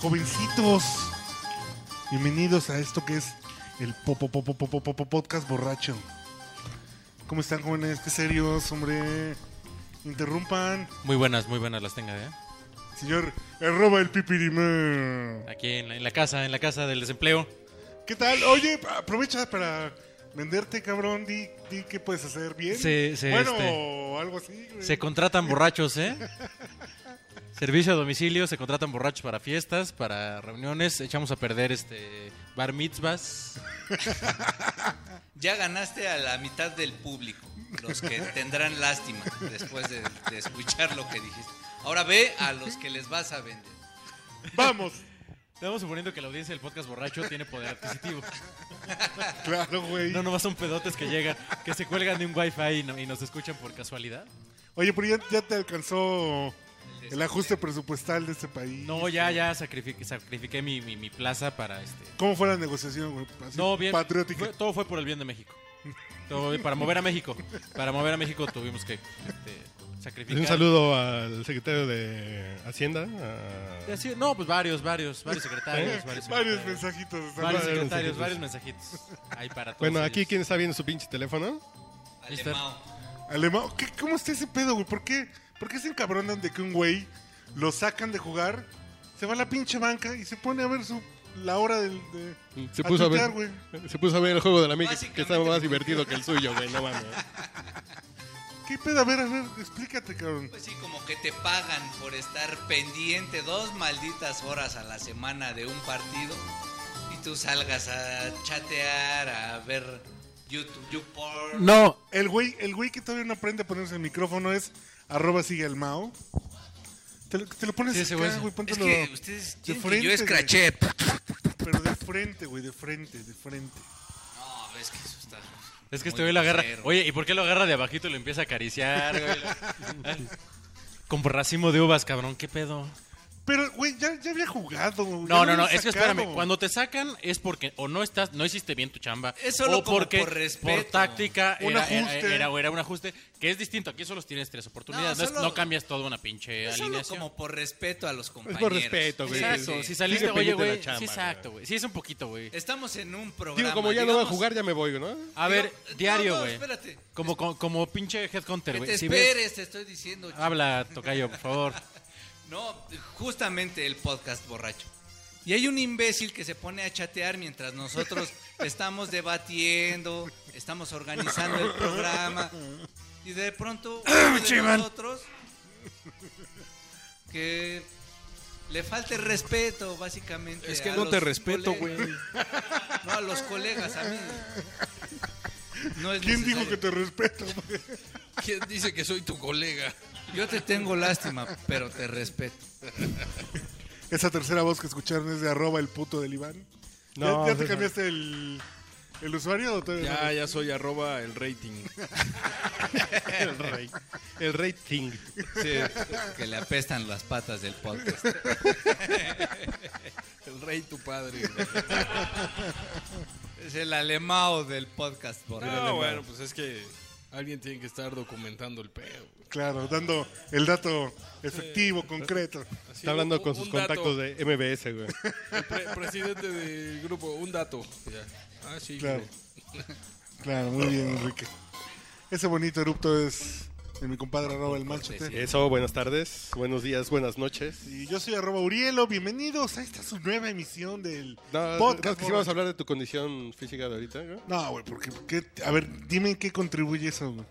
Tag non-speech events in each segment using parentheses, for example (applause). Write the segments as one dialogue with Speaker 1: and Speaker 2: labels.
Speaker 1: Jovencitos, bienvenidos a esto que es el po- po- po- po- po- po- po- po- podcast borracho. ¿Cómo están jóvenes? ¿Qué serios, hombre? Interrumpan.
Speaker 2: Muy buenas, muy buenas las tenga, ¿eh?
Speaker 1: Señor, arroba el pipirimán.
Speaker 2: Aquí en la, en la casa, en la casa del desempleo.
Speaker 1: ¿Qué tal? Oye, pa- aprovecha para venderte, cabrón. Di, di qué puedes hacer bien.
Speaker 2: Se- se,
Speaker 1: bueno,
Speaker 2: este,
Speaker 1: algo así. güey.
Speaker 2: Se contratan borrachos, ¿eh? Servicio a domicilio, se contratan borrachos para fiestas, para reuniones, echamos a perder este bar mitzvahs.
Speaker 3: Ya ganaste a la mitad del público,
Speaker 2: (laughs)
Speaker 3: los que tendrán lástima después de, de escuchar lo que dijiste. Ahora ve a los que les vas a vender.
Speaker 2: (laughs)
Speaker 1: Vamos.
Speaker 2: Estamos suponiendo que la audiencia del podcast borracho tiene poder adquisitivo.
Speaker 1: Claro, güey.
Speaker 2: No nomás son pedotes que llegan, que se cuelgan de un wifi y, no- y nos escuchan por casualidad.
Speaker 1: Oye, pero ya, ya te alcanzó el ajuste presupuestal de este país.
Speaker 2: No, ya, ya sacrifiqué, sacrifiqué mi, mi- mi plaza para este.
Speaker 1: ¿Cómo fue la negociación, güey? Así,
Speaker 2: No, bien.
Speaker 1: Patriótica.
Speaker 2: fue- todo fue por el bien de México. Todo bien, para mover a México. Para mover a México tuvimos que este,
Speaker 4: Pues
Speaker 2: sacrificar.
Speaker 4: un saludo al secretario de Hacienda. a-
Speaker 2: Y así- no, pues varios, varios, varios
Speaker 4: (laughs)
Speaker 2: secretarios. Varios,
Speaker 1: Varios
Speaker 2: secretarios,
Speaker 1: mensajitos. están
Speaker 2: varios
Speaker 1: padres.
Speaker 2: secretarios, varios mensajitos. Ahí para todos.
Speaker 4: Bueno, aquí
Speaker 2: ellos.
Speaker 4: quien está viendo su pinche teléfono.
Speaker 2: Mister.
Speaker 3: Alemao.
Speaker 1: Alemán, oh, ¿qué- ¿cómo está ese pedo, güey? ¿Por qué, ¿Por qué se encabronan de que un güey lo sacan de jugar, se va a la pinche banca y se pone a ver su la hora del... de-
Speaker 4: Mm, Se puso a,
Speaker 1: tuitear,
Speaker 4: ver, se puso a ver el juego de la amiga que estaba
Speaker 3: Básicamente.
Speaker 4: más divertido que el suyo, güey. No mames.
Speaker 1: ¿Qué pedo? A ver, a ver, explícate, cabrón.
Speaker 3: Pues sí, como que te pagan por estar pendiente dos malditas horas a la semana de un partido y tú salgas a chatear, a ver YouTube, YouPorn.
Speaker 2: No,
Speaker 1: El güey, el güey que todavía no aprende a ponerse el micrófono es arroba sigue el Mao. Te lo, te lo pones
Speaker 2: Sí, ese
Speaker 1: acá,
Speaker 2: güey.
Speaker 1: güey,
Speaker 3: Es
Speaker 1: póntelo.
Speaker 3: que ustedes
Speaker 1: de
Speaker 3: quieren que
Speaker 1: frente,
Speaker 3: yo
Speaker 1: güey.
Speaker 3: escraché.
Speaker 1: Pero de frente, güey, de frente, de frente.
Speaker 3: No, es que eso está...
Speaker 2: es que este
Speaker 3: muy
Speaker 2: güey lo agarra.
Speaker 3: grosero.
Speaker 2: Oye, ¿y por qué lo agarra de abajito y lo empieza a acariciar,
Speaker 4: (laughs)
Speaker 2: güey? Como racimo de uvas, cabrón, ¿qué pedo?
Speaker 1: Pero, güey, ya, ya había jugado. güey, ya
Speaker 2: No,
Speaker 1: lo
Speaker 2: no, no,
Speaker 1: había
Speaker 2: es que
Speaker 1: sacado.
Speaker 2: espérame, cuando te sacan es porque o no estás, no hiciste bien tu chamba,
Speaker 3: Es solo
Speaker 2: o
Speaker 3: como
Speaker 2: porque
Speaker 3: por respeto.
Speaker 2: táctica
Speaker 1: Un
Speaker 2: era, era-
Speaker 1: ajuste.
Speaker 2: era- era un ajuste, que es distinto, aquí solo tienes tres oportunidades, no,
Speaker 3: No,
Speaker 2: es-
Speaker 3: solo-
Speaker 2: no cambias toda una pinche
Speaker 3: Es solo
Speaker 2: alineación.
Speaker 3: como por respeto a los
Speaker 4: Es
Speaker 3: compañeros.
Speaker 4: por respeto, güey.
Speaker 2: Exacto,
Speaker 3: Sí, sí.
Speaker 2: si saliste,
Speaker 4: Sigue
Speaker 2: oye,
Speaker 4: pendiente de la
Speaker 2: güey,
Speaker 4: chamba,
Speaker 2: sí,
Speaker 4: güey.
Speaker 2: exacto, güey, sí es un poquito, güey.
Speaker 3: Estamos en un programa.
Speaker 4: Digo, como ya no va a
Speaker 3: digamos-
Speaker 4: jugar, ya me voy, ¿no?
Speaker 2: A ver,
Speaker 3: Digo,
Speaker 2: diario,
Speaker 3: no, no,
Speaker 2: güey,
Speaker 3: espérate.
Speaker 2: como, como, como pinche headhunter,
Speaker 3: Que te
Speaker 2: güey, si ves-
Speaker 3: esperes, te estoy diciendo.
Speaker 2: habla, tocayo, por
Speaker 3: (laughs)
Speaker 2: favor.
Speaker 3: No, justamente el podcast borracho. Y hay un imbécil que se pone a chatear mientras
Speaker 5: (laughs)
Speaker 3: nosotros estamos debatiendo, estamos organizando el programa. Y de pronto
Speaker 5: (clears throat)
Speaker 3: uno de nosotros que le falta el respeto, básicamente.
Speaker 5: Es que
Speaker 3: a
Speaker 5: no
Speaker 3: los
Speaker 5: te respeto,
Speaker 3: colegas.
Speaker 5: güey.
Speaker 3: No, a los colegas, a mí. No es
Speaker 1: ¿Quién dijo
Speaker 3: necesario.
Speaker 1: que te respeto, güey?
Speaker 5: ¿Quién dice que soy tu colega?
Speaker 3: Yo te tengo lástima, pero te respeto.
Speaker 1: (laughs) Esa tercera voz que escucharon es de arroba el puto del Iván. ¿Ya-
Speaker 4: No,
Speaker 1: ¿Ya, te
Speaker 4: no.
Speaker 1: cambiaste el, el usuario o todavía no?
Speaker 5: Ya, ya soy arroba el rating.
Speaker 4: El rey. El rey Ting.
Speaker 5: Sí,
Speaker 3: Que le apestan las patas del podcast.
Speaker 5: (laughs) el rey tu
Speaker 4: (laughs)
Speaker 5: padre.
Speaker 3: Es el alemao del podcast, por
Speaker 5: No, bueno, pues es que alguien tiene que estar documentando el pedo.
Speaker 1: Claro, dando el dato
Speaker 4: Eh.
Speaker 1: efectivo, concreto.
Speaker 5: Así,
Speaker 4: Está hablando
Speaker 5: un-
Speaker 4: con sus
Speaker 5: un dato.
Speaker 4: contactos de MBS, güey.
Speaker 5: El pre- presidente del grupo, un dato. Ya. Ah, sí.
Speaker 4: (laughs)
Speaker 1: Claro.
Speaker 5: güey.
Speaker 1: Claro, muy bien, Enrique. Ese bonito erupto es de mi compadre arroba el manchete.
Speaker 4: Eso, buenas tardes, buenos días, buenas noches.
Speaker 1: Y yo soy arroba Urielo, bienvenidos a esta su nueva emisión del
Speaker 4: No, ¿no es
Speaker 1: podcast.
Speaker 4: que sí vamos a hablar de tu condición física de ahorita, güey.
Speaker 1: No, güey, porque, porque- a ver, dime en qué contribuye eso, güey.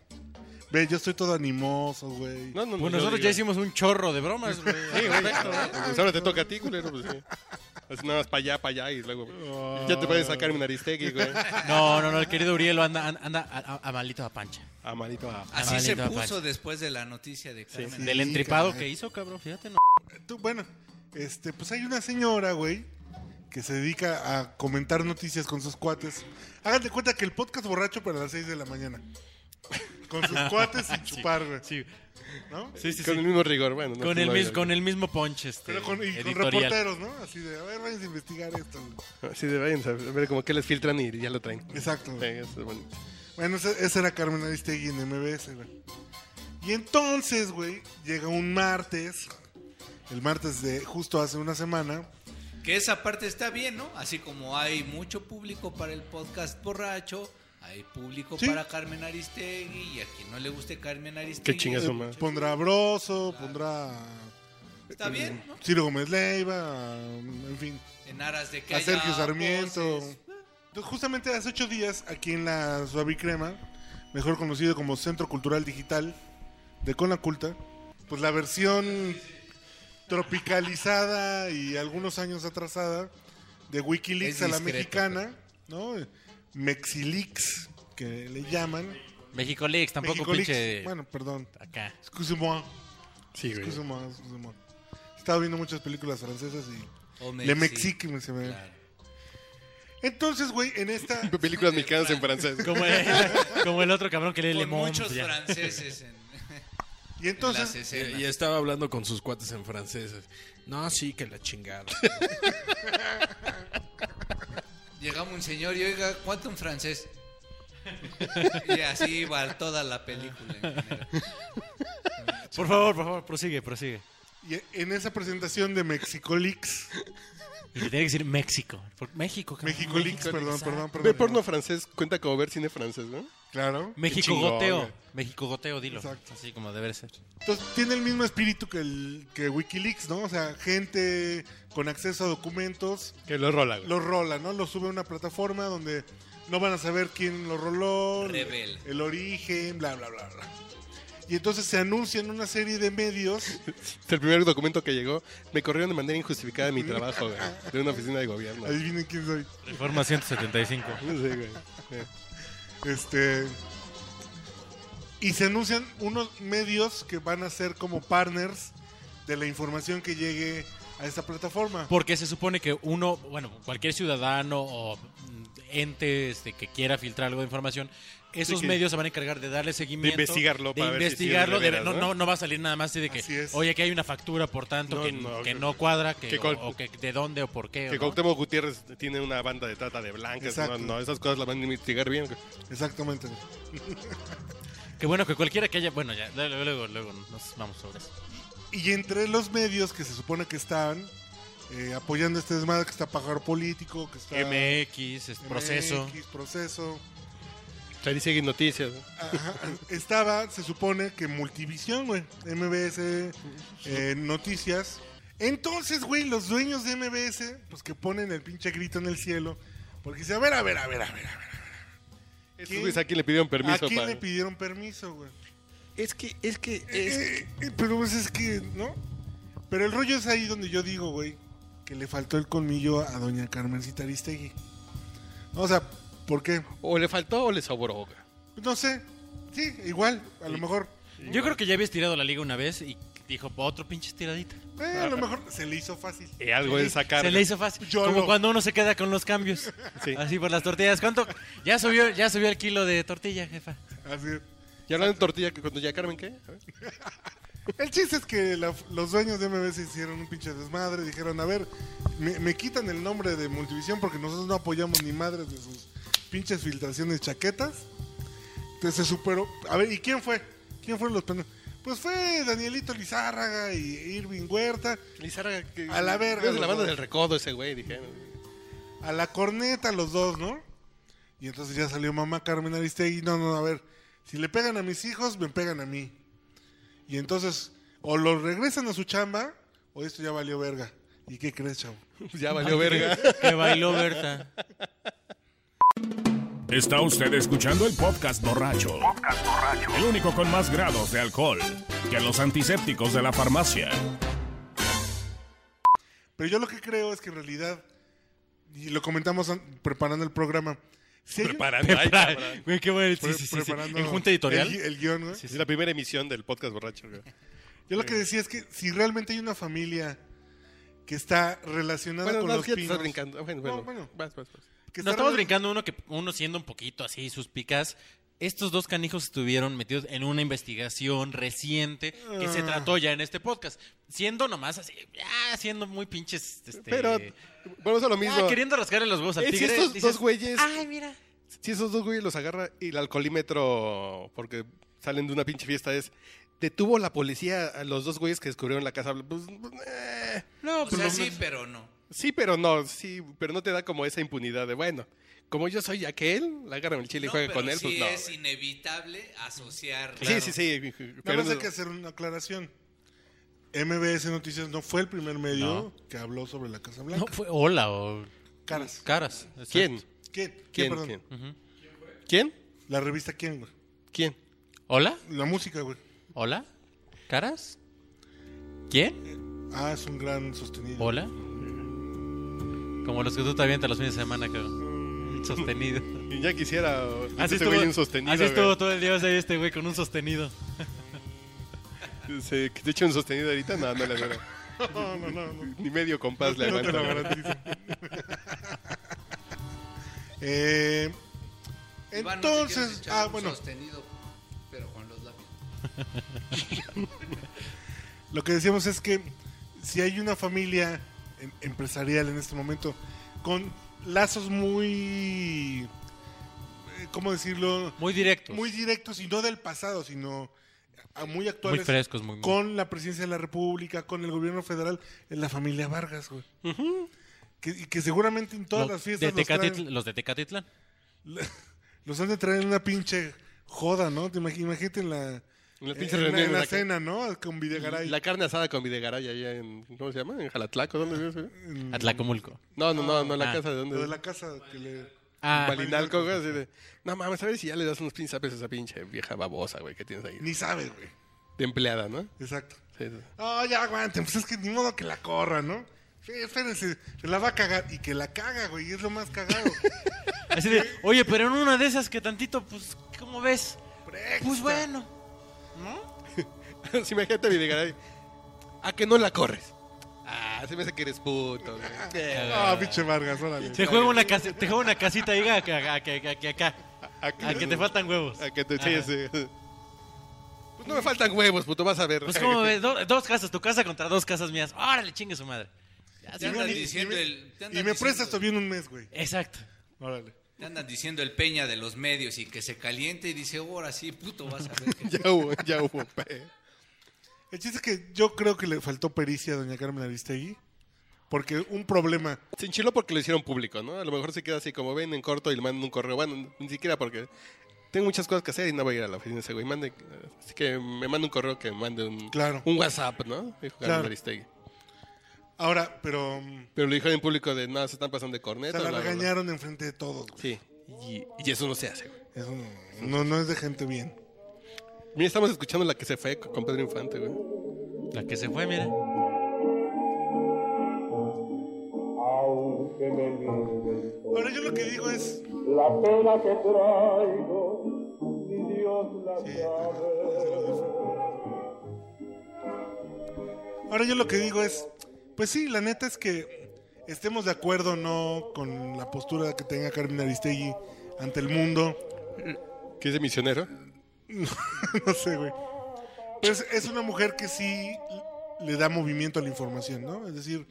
Speaker 1: Ve, yo estoy todo animoso, güey.
Speaker 4: No, no, no,
Speaker 2: Pues
Speaker 4: yo
Speaker 2: nosotros
Speaker 4: digo-
Speaker 2: ya hicimos un chorro de bromas,
Speaker 3: (laughs)
Speaker 2: güey.
Speaker 4: Sí, güey. Pues ahora te toca a ti, culero. Pues, sí. Así nada más para allá, para allá y luego. Ya te pueden sacar mi naristegui, güey.
Speaker 2: No, no, no, el querido Urielo anda, anda, anda a, a- a malito a pancha.
Speaker 4: A manito a.
Speaker 3: Así se
Speaker 2: Amalito Apache.
Speaker 3: puso después de la noticia de Carmen.
Speaker 1: Sí,
Speaker 2: Del entripado
Speaker 1: caray.
Speaker 2: que hizo, cabrón, fíjate, no.
Speaker 1: Tú, bueno, este, pues hay una señora, güey, que se dedica a comentar noticias con sus cuates. Háganle cuenta que el podcast borracho para las 6 de la mañana. (laughs) Con sus cuates sin
Speaker 2: Sí,
Speaker 1: chupar, güey.
Speaker 2: Sí,
Speaker 1: ¿No?
Speaker 2: sí, sí.
Speaker 4: con
Speaker 2: sí.
Speaker 4: el mismo rigor, bueno. no,
Speaker 2: Con,
Speaker 4: sí,
Speaker 2: el
Speaker 4: no,
Speaker 2: mis-
Speaker 4: no.
Speaker 2: con el mismo punch este,
Speaker 1: Pero con, y con
Speaker 2: editorial.
Speaker 1: reporteros, ¿no? Así de, a ver, vayan a investigar esto. güey.
Speaker 4: Así de vayan a ver como que les filtran y ya lo traen.
Speaker 1: Exacto.
Speaker 4: Sí,
Speaker 1: güey.
Speaker 4: eso es bonito.
Speaker 1: Bueno, esa, esa era Carmen Aristegui en MBS, güey. Y entonces, güey, llega un martes, el martes de justo hace una semana,
Speaker 3: Que esa parte está bien, ¿no? Así como hay mucho público para el podcast borracho, hay público
Speaker 1: Sí.
Speaker 3: para Carmen Aristegui y a quien no le guste Carmen Aristegui.
Speaker 4: Qué chingas,
Speaker 1: eh,
Speaker 4: madre.
Speaker 1: pondrá a Broso, pondrá a
Speaker 3: Está bien, ¿no?
Speaker 1: Ciro Gómez Leiva, a- en fin,
Speaker 3: En aras de que
Speaker 1: a
Speaker 3: haya
Speaker 1: Sergio Sarmiento.
Speaker 3: voces.
Speaker 1: Entonces, Justamente hace ocho días, aquí en la Suavicrema, mejor conocido como Centro Cultural Digital de Conaculta, pues la versión tropicalizada y algunos años atrasada de Wikileaks
Speaker 3: Es
Speaker 1: a la
Speaker 3: discreto,
Speaker 1: mexicana, ¿no? Mexileaks, que le llaman.
Speaker 2: México Leaks, tampoco
Speaker 1: Mexicoleaks.
Speaker 2: pinche.
Speaker 1: Bueno, perdón.
Speaker 2: Acá.
Speaker 1: Excusez-moi,
Speaker 4: Sí, güey.
Speaker 1: excusez-moi, excusez-moi. Estaba viendo muchas películas francesas y...
Speaker 3: O
Speaker 1: Le
Speaker 3: Mexi,
Speaker 1: Mexique me se me...
Speaker 3: claro.
Speaker 1: Entonces, güey, en
Speaker 4: (laughs)
Speaker 1: esta...
Speaker 4: Películas mexicanas en francés.
Speaker 2: Como el, (laughs) como el otro cabrón que lee Le
Speaker 3: Con
Speaker 2: Monde,
Speaker 3: muchos
Speaker 2: ya.
Speaker 3: franceses en,
Speaker 1: Y
Speaker 3: en las
Speaker 1: entonces...
Speaker 5: Eh, Y,
Speaker 3: escenas.
Speaker 5: y estaba hablando con sus cuates en francés. No, sí, que la chingada.
Speaker 4: (laughs)
Speaker 3: Llegaba un señor y oiga, ¿cuánto un francés?
Speaker 2: (laughs)
Speaker 3: y así va toda la película. en general.
Speaker 2: Por favor, por favor, prosigue, prosigue.
Speaker 1: Y en esa presentación de Mexicoleaks,
Speaker 2: Y que tiene que decir México. Por- México, cabrón.
Speaker 1: Mexicoleaks, perdón, perdón, perdón.
Speaker 4: Ver porno francés cuenta como ver cine francés, ¿no?
Speaker 1: Claro.
Speaker 2: México
Speaker 4: chingón,
Speaker 2: goteo.
Speaker 4: güey.
Speaker 2: México goteo, dilo.
Speaker 1: Exacto.
Speaker 2: Así como debe ser.
Speaker 1: Entonces tiene el mismo espíritu que el que Wikileaks, ¿no? O sea, gente con acceso a documentos
Speaker 4: Que lo rola, güey.
Speaker 1: los rola, ¿no? Los sube a una plataforma donde no van a saber quién lo roló,
Speaker 3: Revela.
Speaker 1: el origen, bla, bla, bla, bla. Y entonces se anuncian una serie de
Speaker 4: (laughs)
Speaker 1: medios.
Speaker 4: El primer documento que llegó, me corrieron de manera injustificada de mi trabajo, güey. De una oficina de gobierno. Sí,
Speaker 1: Adivinen quién soy.
Speaker 2: Reforma 175.
Speaker 4: güey. Sí.
Speaker 1: Este. Y se anuncian unos medios que van a ser como partners de la información que llegue a esta plataforma.
Speaker 2: Porque se supone que uno, bueno, cualquier ciudadano o mm, ente este, que quiera filtrar algo de información, esos
Speaker 4: Sí, que-
Speaker 2: medios se van a encargar de darle seguimiento.
Speaker 4: De investigarlo
Speaker 2: de
Speaker 4: para ver si sí es de
Speaker 2: investigarlo, de-
Speaker 4: veras,
Speaker 2: no,
Speaker 4: ¿no?
Speaker 2: no- no va a salir nada más así de que,
Speaker 1: Así es.
Speaker 2: oye, aquí hay una factura, por tanto,
Speaker 4: No,
Speaker 2: que,
Speaker 4: no,
Speaker 2: que
Speaker 4: que-
Speaker 2: no cuadra, que,
Speaker 4: que
Speaker 2: o-
Speaker 4: col-
Speaker 2: o, que de dónde o por qué. o
Speaker 4: Que
Speaker 2: no.
Speaker 4: Cuauhtémoc Gutiérrez tiene una banda de trata de blancas.
Speaker 1: Exacto.
Speaker 4: No, no, esas cosas las van a investigar bien. güey.
Speaker 1: Exactamente.
Speaker 2: Que bueno, que cualquiera que haya. Bueno, ya, luego, luego, luego nos vamos sobre eso.
Speaker 1: Y entre los medios que se supone que están eh, apoyando este desmadre, que está Pájaro Político, que está...
Speaker 2: MX, es proceso.
Speaker 1: MX, proceso.
Speaker 4: Aristegui Noticias. ¿no?
Speaker 1: Ajá. Estaba, se supone que Multivisión, güey. MBS eh, Noticias. Entonces, güey, los dueños de MBS, pues que ponen el pinche grito en el cielo. Porque dice, a ver, a ver, a ver, a ver. a ver,
Speaker 4: Estos
Speaker 1: ¿Quién-
Speaker 4: güeyes a quién le pidieron permiso
Speaker 1: ¿A quién
Speaker 4: para-
Speaker 1: le pidieron permiso, güey?
Speaker 5: es que, es que,
Speaker 1: Eh, eh, pero pues es que, ¿no? Pero el rollo es ahí donde yo digo, güey, que le faltó el colmillo a doña Carmencita Aristegui. O sea, ¿por qué?
Speaker 4: O le faltó o le sobró. güey.
Speaker 1: No sé. Sí, igual, a lo mejor.
Speaker 2: Yo creo que ya habías tirado la liga una vez y dijo, otro pinche tiradita.
Speaker 1: eh, a lo mejor se le hizo fácil.
Speaker 4: Y Eh, algo de sacar.
Speaker 2: Se le hizo fácil.
Speaker 1: Yo
Speaker 2: Como
Speaker 1: no.
Speaker 2: cuando uno se queda con los cambios.
Speaker 4: Sí.
Speaker 2: Así por las tortillas. ¿Cuánto? Ya subió, ya subió el kilo de tortilla, jefa.
Speaker 1: Así es.
Speaker 4: Y hablando de tortilla, que cuando ya Carmen, ¿qué? A ver.
Speaker 1: El chiste es que la- los dueños de MBS hicieron un pinche desmadre. Dijeron, a ver, me, me quitan el nombre de Multivisión porque nosotros no apoyamos ni madres de sus pinches filtraciones chaquetas. Entonces se superó. A ver, ¿y quién fue? ¿Quién fueron los pendejos? Pues fue Danielito Lizárraga y Irving Huerta.
Speaker 4: Lizárraga, que-
Speaker 1: A la verga,
Speaker 4: Es de la
Speaker 1: los
Speaker 4: banda
Speaker 1: dos.
Speaker 4: del recodo ese güey, dije. (laughs)
Speaker 1: A la corneta los dos, ¿no? Y entonces ya salió mamá Carmen Aristegui. No, no, a ver, si le pegan a mis hijos, me pegan a mí. Y entonces, o los regresan a su chamba, o esto ya valió verga. ¿Y qué crees, chavo?
Speaker 4: Ya (laughs) valió verga.
Speaker 2: Que bailó Berta.
Speaker 6: Está usted escuchando el podcast borracho. El único con más grados de alcohol que los antisépticos de la farmacia.
Speaker 1: Pero yo lo que creo es que en realidad, y lo comentamos an- preparando el programa, si hay un-
Speaker 4: Preparando. Ay, cabrón.
Speaker 2: Güey, qué bueno. Sí,
Speaker 1: pre-
Speaker 2: sí, sí, sí.
Speaker 1: preparando
Speaker 2: En junta editorial.
Speaker 1: El, gui- el guión, güey.
Speaker 4: Es la primera emisión del podcast borracho. güey.
Speaker 1: Yo lo que decía es que si realmente hay una familia que está relacionada
Speaker 4: Bueno,
Speaker 1: con
Speaker 4: no,
Speaker 1: los
Speaker 4: ya te estás
Speaker 1: pinos...
Speaker 4: brincando. Ah, Bueno,
Speaker 1: No,
Speaker 4: bueno.
Speaker 1: bueno.
Speaker 4: Vas, vas, vas.
Speaker 1: que está
Speaker 2: Nos estamos
Speaker 1: rela-
Speaker 2: brincando uno que uno siendo un poquito así suspicaz, Estos dos canijos estuvieron metidos en una investigación reciente que se trató ya en este podcast. Siendo nomás así, ya siendo muy pinches. Este,
Speaker 4: Pero vamos a lo mismo.
Speaker 2: ah, queriendo rascarle los huevos al
Speaker 4: Eh, si
Speaker 2: tigre.
Speaker 4: estos
Speaker 2: dices,
Speaker 4: dos güeyes,
Speaker 2: Ay, mira.
Speaker 4: si esos dos güeyes los agarra y el alcoholímetro, porque salen de una pinche fiesta, es detuvo la policía a los dos güeyes que descubrieron la casa. Pues, eh,
Speaker 2: No,
Speaker 3: O sea, sí, pero no.
Speaker 4: sí, pero no, sí, pero no te da como esa impunidad de bueno. Como yo soy aquel, la agarran el chile
Speaker 3: No,
Speaker 4: y juega
Speaker 3: pero
Speaker 4: con él,
Speaker 3: sí
Speaker 4: pues no.
Speaker 3: es inevitable asociar.
Speaker 4: Sí, sí, sí.
Speaker 1: Nada
Speaker 4: Pero
Speaker 1: más hay que hacer una aclaración. MBS Noticias no fue el primer medio que habló sobre la Casa Blanca.
Speaker 2: No, fue hola o
Speaker 1: Caras.
Speaker 2: caras. exacto.
Speaker 4: ¿Quién?
Speaker 1: ¿Quién? ¿Quién,
Speaker 4: ¿Quién?
Speaker 1: perdón?
Speaker 4: ¿Quién? ¿Quién?
Speaker 1: La revista ¿Quién, güey?
Speaker 4: ¿Quién?
Speaker 2: ¿Hola?
Speaker 1: La música, güey.
Speaker 2: ¿Hola? ¿Caras? ¿Quién?
Speaker 1: Ah, es un gran sostenido.
Speaker 2: ¿Hola? Como los que tú te avientas los fines de semana, cabrón.
Speaker 4: (laughs)
Speaker 2: Sostenido.
Speaker 4: Y Ya quisiera
Speaker 2: Así
Speaker 4: este
Speaker 2: estuvo,
Speaker 4: güey insostenido.
Speaker 2: así estuvo
Speaker 4: güey.
Speaker 2: todo el día o sea, este güey con un sostenido.
Speaker 4: Se- que te eche un sostenido ahorita, no, no le agarra.
Speaker 1: No, no, no. no.
Speaker 4: Ni medio compás le
Speaker 1: No te lo
Speaker 4: aguanta.
Speaker 1: garantizo. Eh,
Speaker 3: Iván, ¿no te quieres
Speaker 1: entonces,
Speaker 3: echar
Speaker 1: ah,
Speaker 3: un
Speaker 1: bueno,
Speaker 3: Sostenido, pero con los labios.
Speaker 1: lo que decíamos es que si hay una familia em- empresarial en este momento con lazos muy, eh, ¿cómo decirlo?
Speaker 2: Muy directo.
Speaker 1: Muy directos y no del pasado, sino a- muy actuales.
Speaker 2: Muy frescos, muy- muy-
Speaker 1: Con la presidencia de la República, con el gobierno federal, en la familia Vargas, güey. que, y que seguramente en todas
Speaker 2: Lo-
Speaker 1: las fiestas
Speaker 2: de
Speaker 1: los, traen-
Speaker 2: Tecatitl- los de Tecatitlán.
Speaker 1: los han de traer en una pinche joda, ¿no? Te imag- Imagínate en la,
Speaker 4: En la
Speaker 1: en
Speaker 4: pinche
Speaker 1: la- en
Speaker 4: reunión, en
Speaker 1: la
Speaker 4: la que-
Speaker 1: cena, ¿no? Con Videgaray.
Speaker 4: La carne asada con Videgaray allá en. ¿Cómo se llama? ¿En Jalatlaco? ¿Dónde vives? güey?
Speaker 2: Mm.
Speaker 1: En-
Speaker 2: Atlacomulco.
Speaker 4: No, no, no, no, en la
Speaker 2: Ah.
Speaker 4: casa de dónde.
Speaker 1: lo de la casa que le...
Speaker 2: Ah,
Speaker 4: Balinalco, güey. así de, No mames, a ver si ya le das unos pinches zapes a esa pinche vieja babosa, güey, que tienes ahí.
Speaker 1: Ni sabe, güey.
Speaker 4: De empleada, ¿no?
Speaker 1: Exacto.
Speaker 4: Sí, sí.
Speaker 1: No, ya aguanten, pues es que ni modo que la corra, ¿no? Sí, Espérense, se la va a cagar. Y que la caga, güey, es lo más cagado.
Speaker 2: así de, oye, pero en una de esas que tantito, pues, ¿cómo ves? Pues bueno.
Speaker 4: (laughs) Sí, imagínate a Videgaray. ¿A que no la corres? Ah, se me hace que eres puto,
Speaker 1: (laughs)
Speaker 4: güey.
Speaker 1: Ah, pinche Vargas, órale.
Speaker 2: Te juega una, casi- te juega una casita ahí a, a- a- a- a- acá. A que te faltan huevos.
Speaker 4: A que te eches. eh. Pues no me faltan huevos, puto, vas a ver.
Speaker 2: Pues como ves, Do- dos casas, tu casa contra dos casas mías. Órale, chingue su madre. Ya
Speaker 3: Te
Speaker 2: se-
Speaker 3: andan
Speaker 1: y-
Speaker 3: diciendo
Speaker 1: y me-
Speaker 3: el. te andan
Speaker 1: Y me
Speaker 3: diciendo-
Speaker 1: prestas todavía en un mes, güey.
Speaker 2: Exacto.
Speaker 1: Órale.
Speaker 3: Te andan diciendo el peña de los medios y que se caliente y dice, ahora sí, puto, vas a
Speaker 2: (laughs)
Speaker 3: ver. que-".
Speaker 4: (laughs) Ya hubo, ya hubo. pe.
Speaker 1: El chiste es que yo creo que le faltó pericia a doña Carmen Aristegui. Porque un problema.
Speaker 4: Se enchiló porque lo hicieron público, ¿no? A lo mejor se queda así como ven en corto y le mandan un correo. Bueno, ni siquiera porque tengo muchas cosas que hacer y no voy a ir a la oficina ese güey. Mande, así que me manda un correo que me mande un,
Speaker 1: Claro.
Speaker 4: un WhatsApp, ¿no? Dijo Carmen
Speaker 1: Claro.
Speaker 4: Aristegui.
Speaker 1: Ahora, pero mm,
Speaker 4: Pero lo dijeron en público de, no, se están pasando de
Speaker 1: se
Speaker 4: corneta.
Speaker 1: la
Speaker 4: bla, bla, bla".
Speaker 1: regañaron enfrente de todos. güey.
Speaker 4: Sí. Y, y eso no se hace, güey.
Speaker 1: Eso no, no, no es de gente bien.
Speaker 4: Mira, estamos escuchando la que se fue con Pedro Infante, güey.
Speaker 2: La que se fue, mira.
Speaker 7: aunque me miren.
Speaker 1: Ahora yo lo que digo es.
Speaker 7: La pena que traigo, ni Dios la sabe.
Speaker 1: Ahora yo lo que digo es. Pues sí, la neta es que estemos de acuerdo o no con la postura que tenga Carmen Aristegui ante el mundo. (laughs)
Speaker 4: ¿Qué es de misionero?
Speaker 1: no sé, güey. Pues es una mujer que sí le da movimiento a la información, ¿no? Es decir,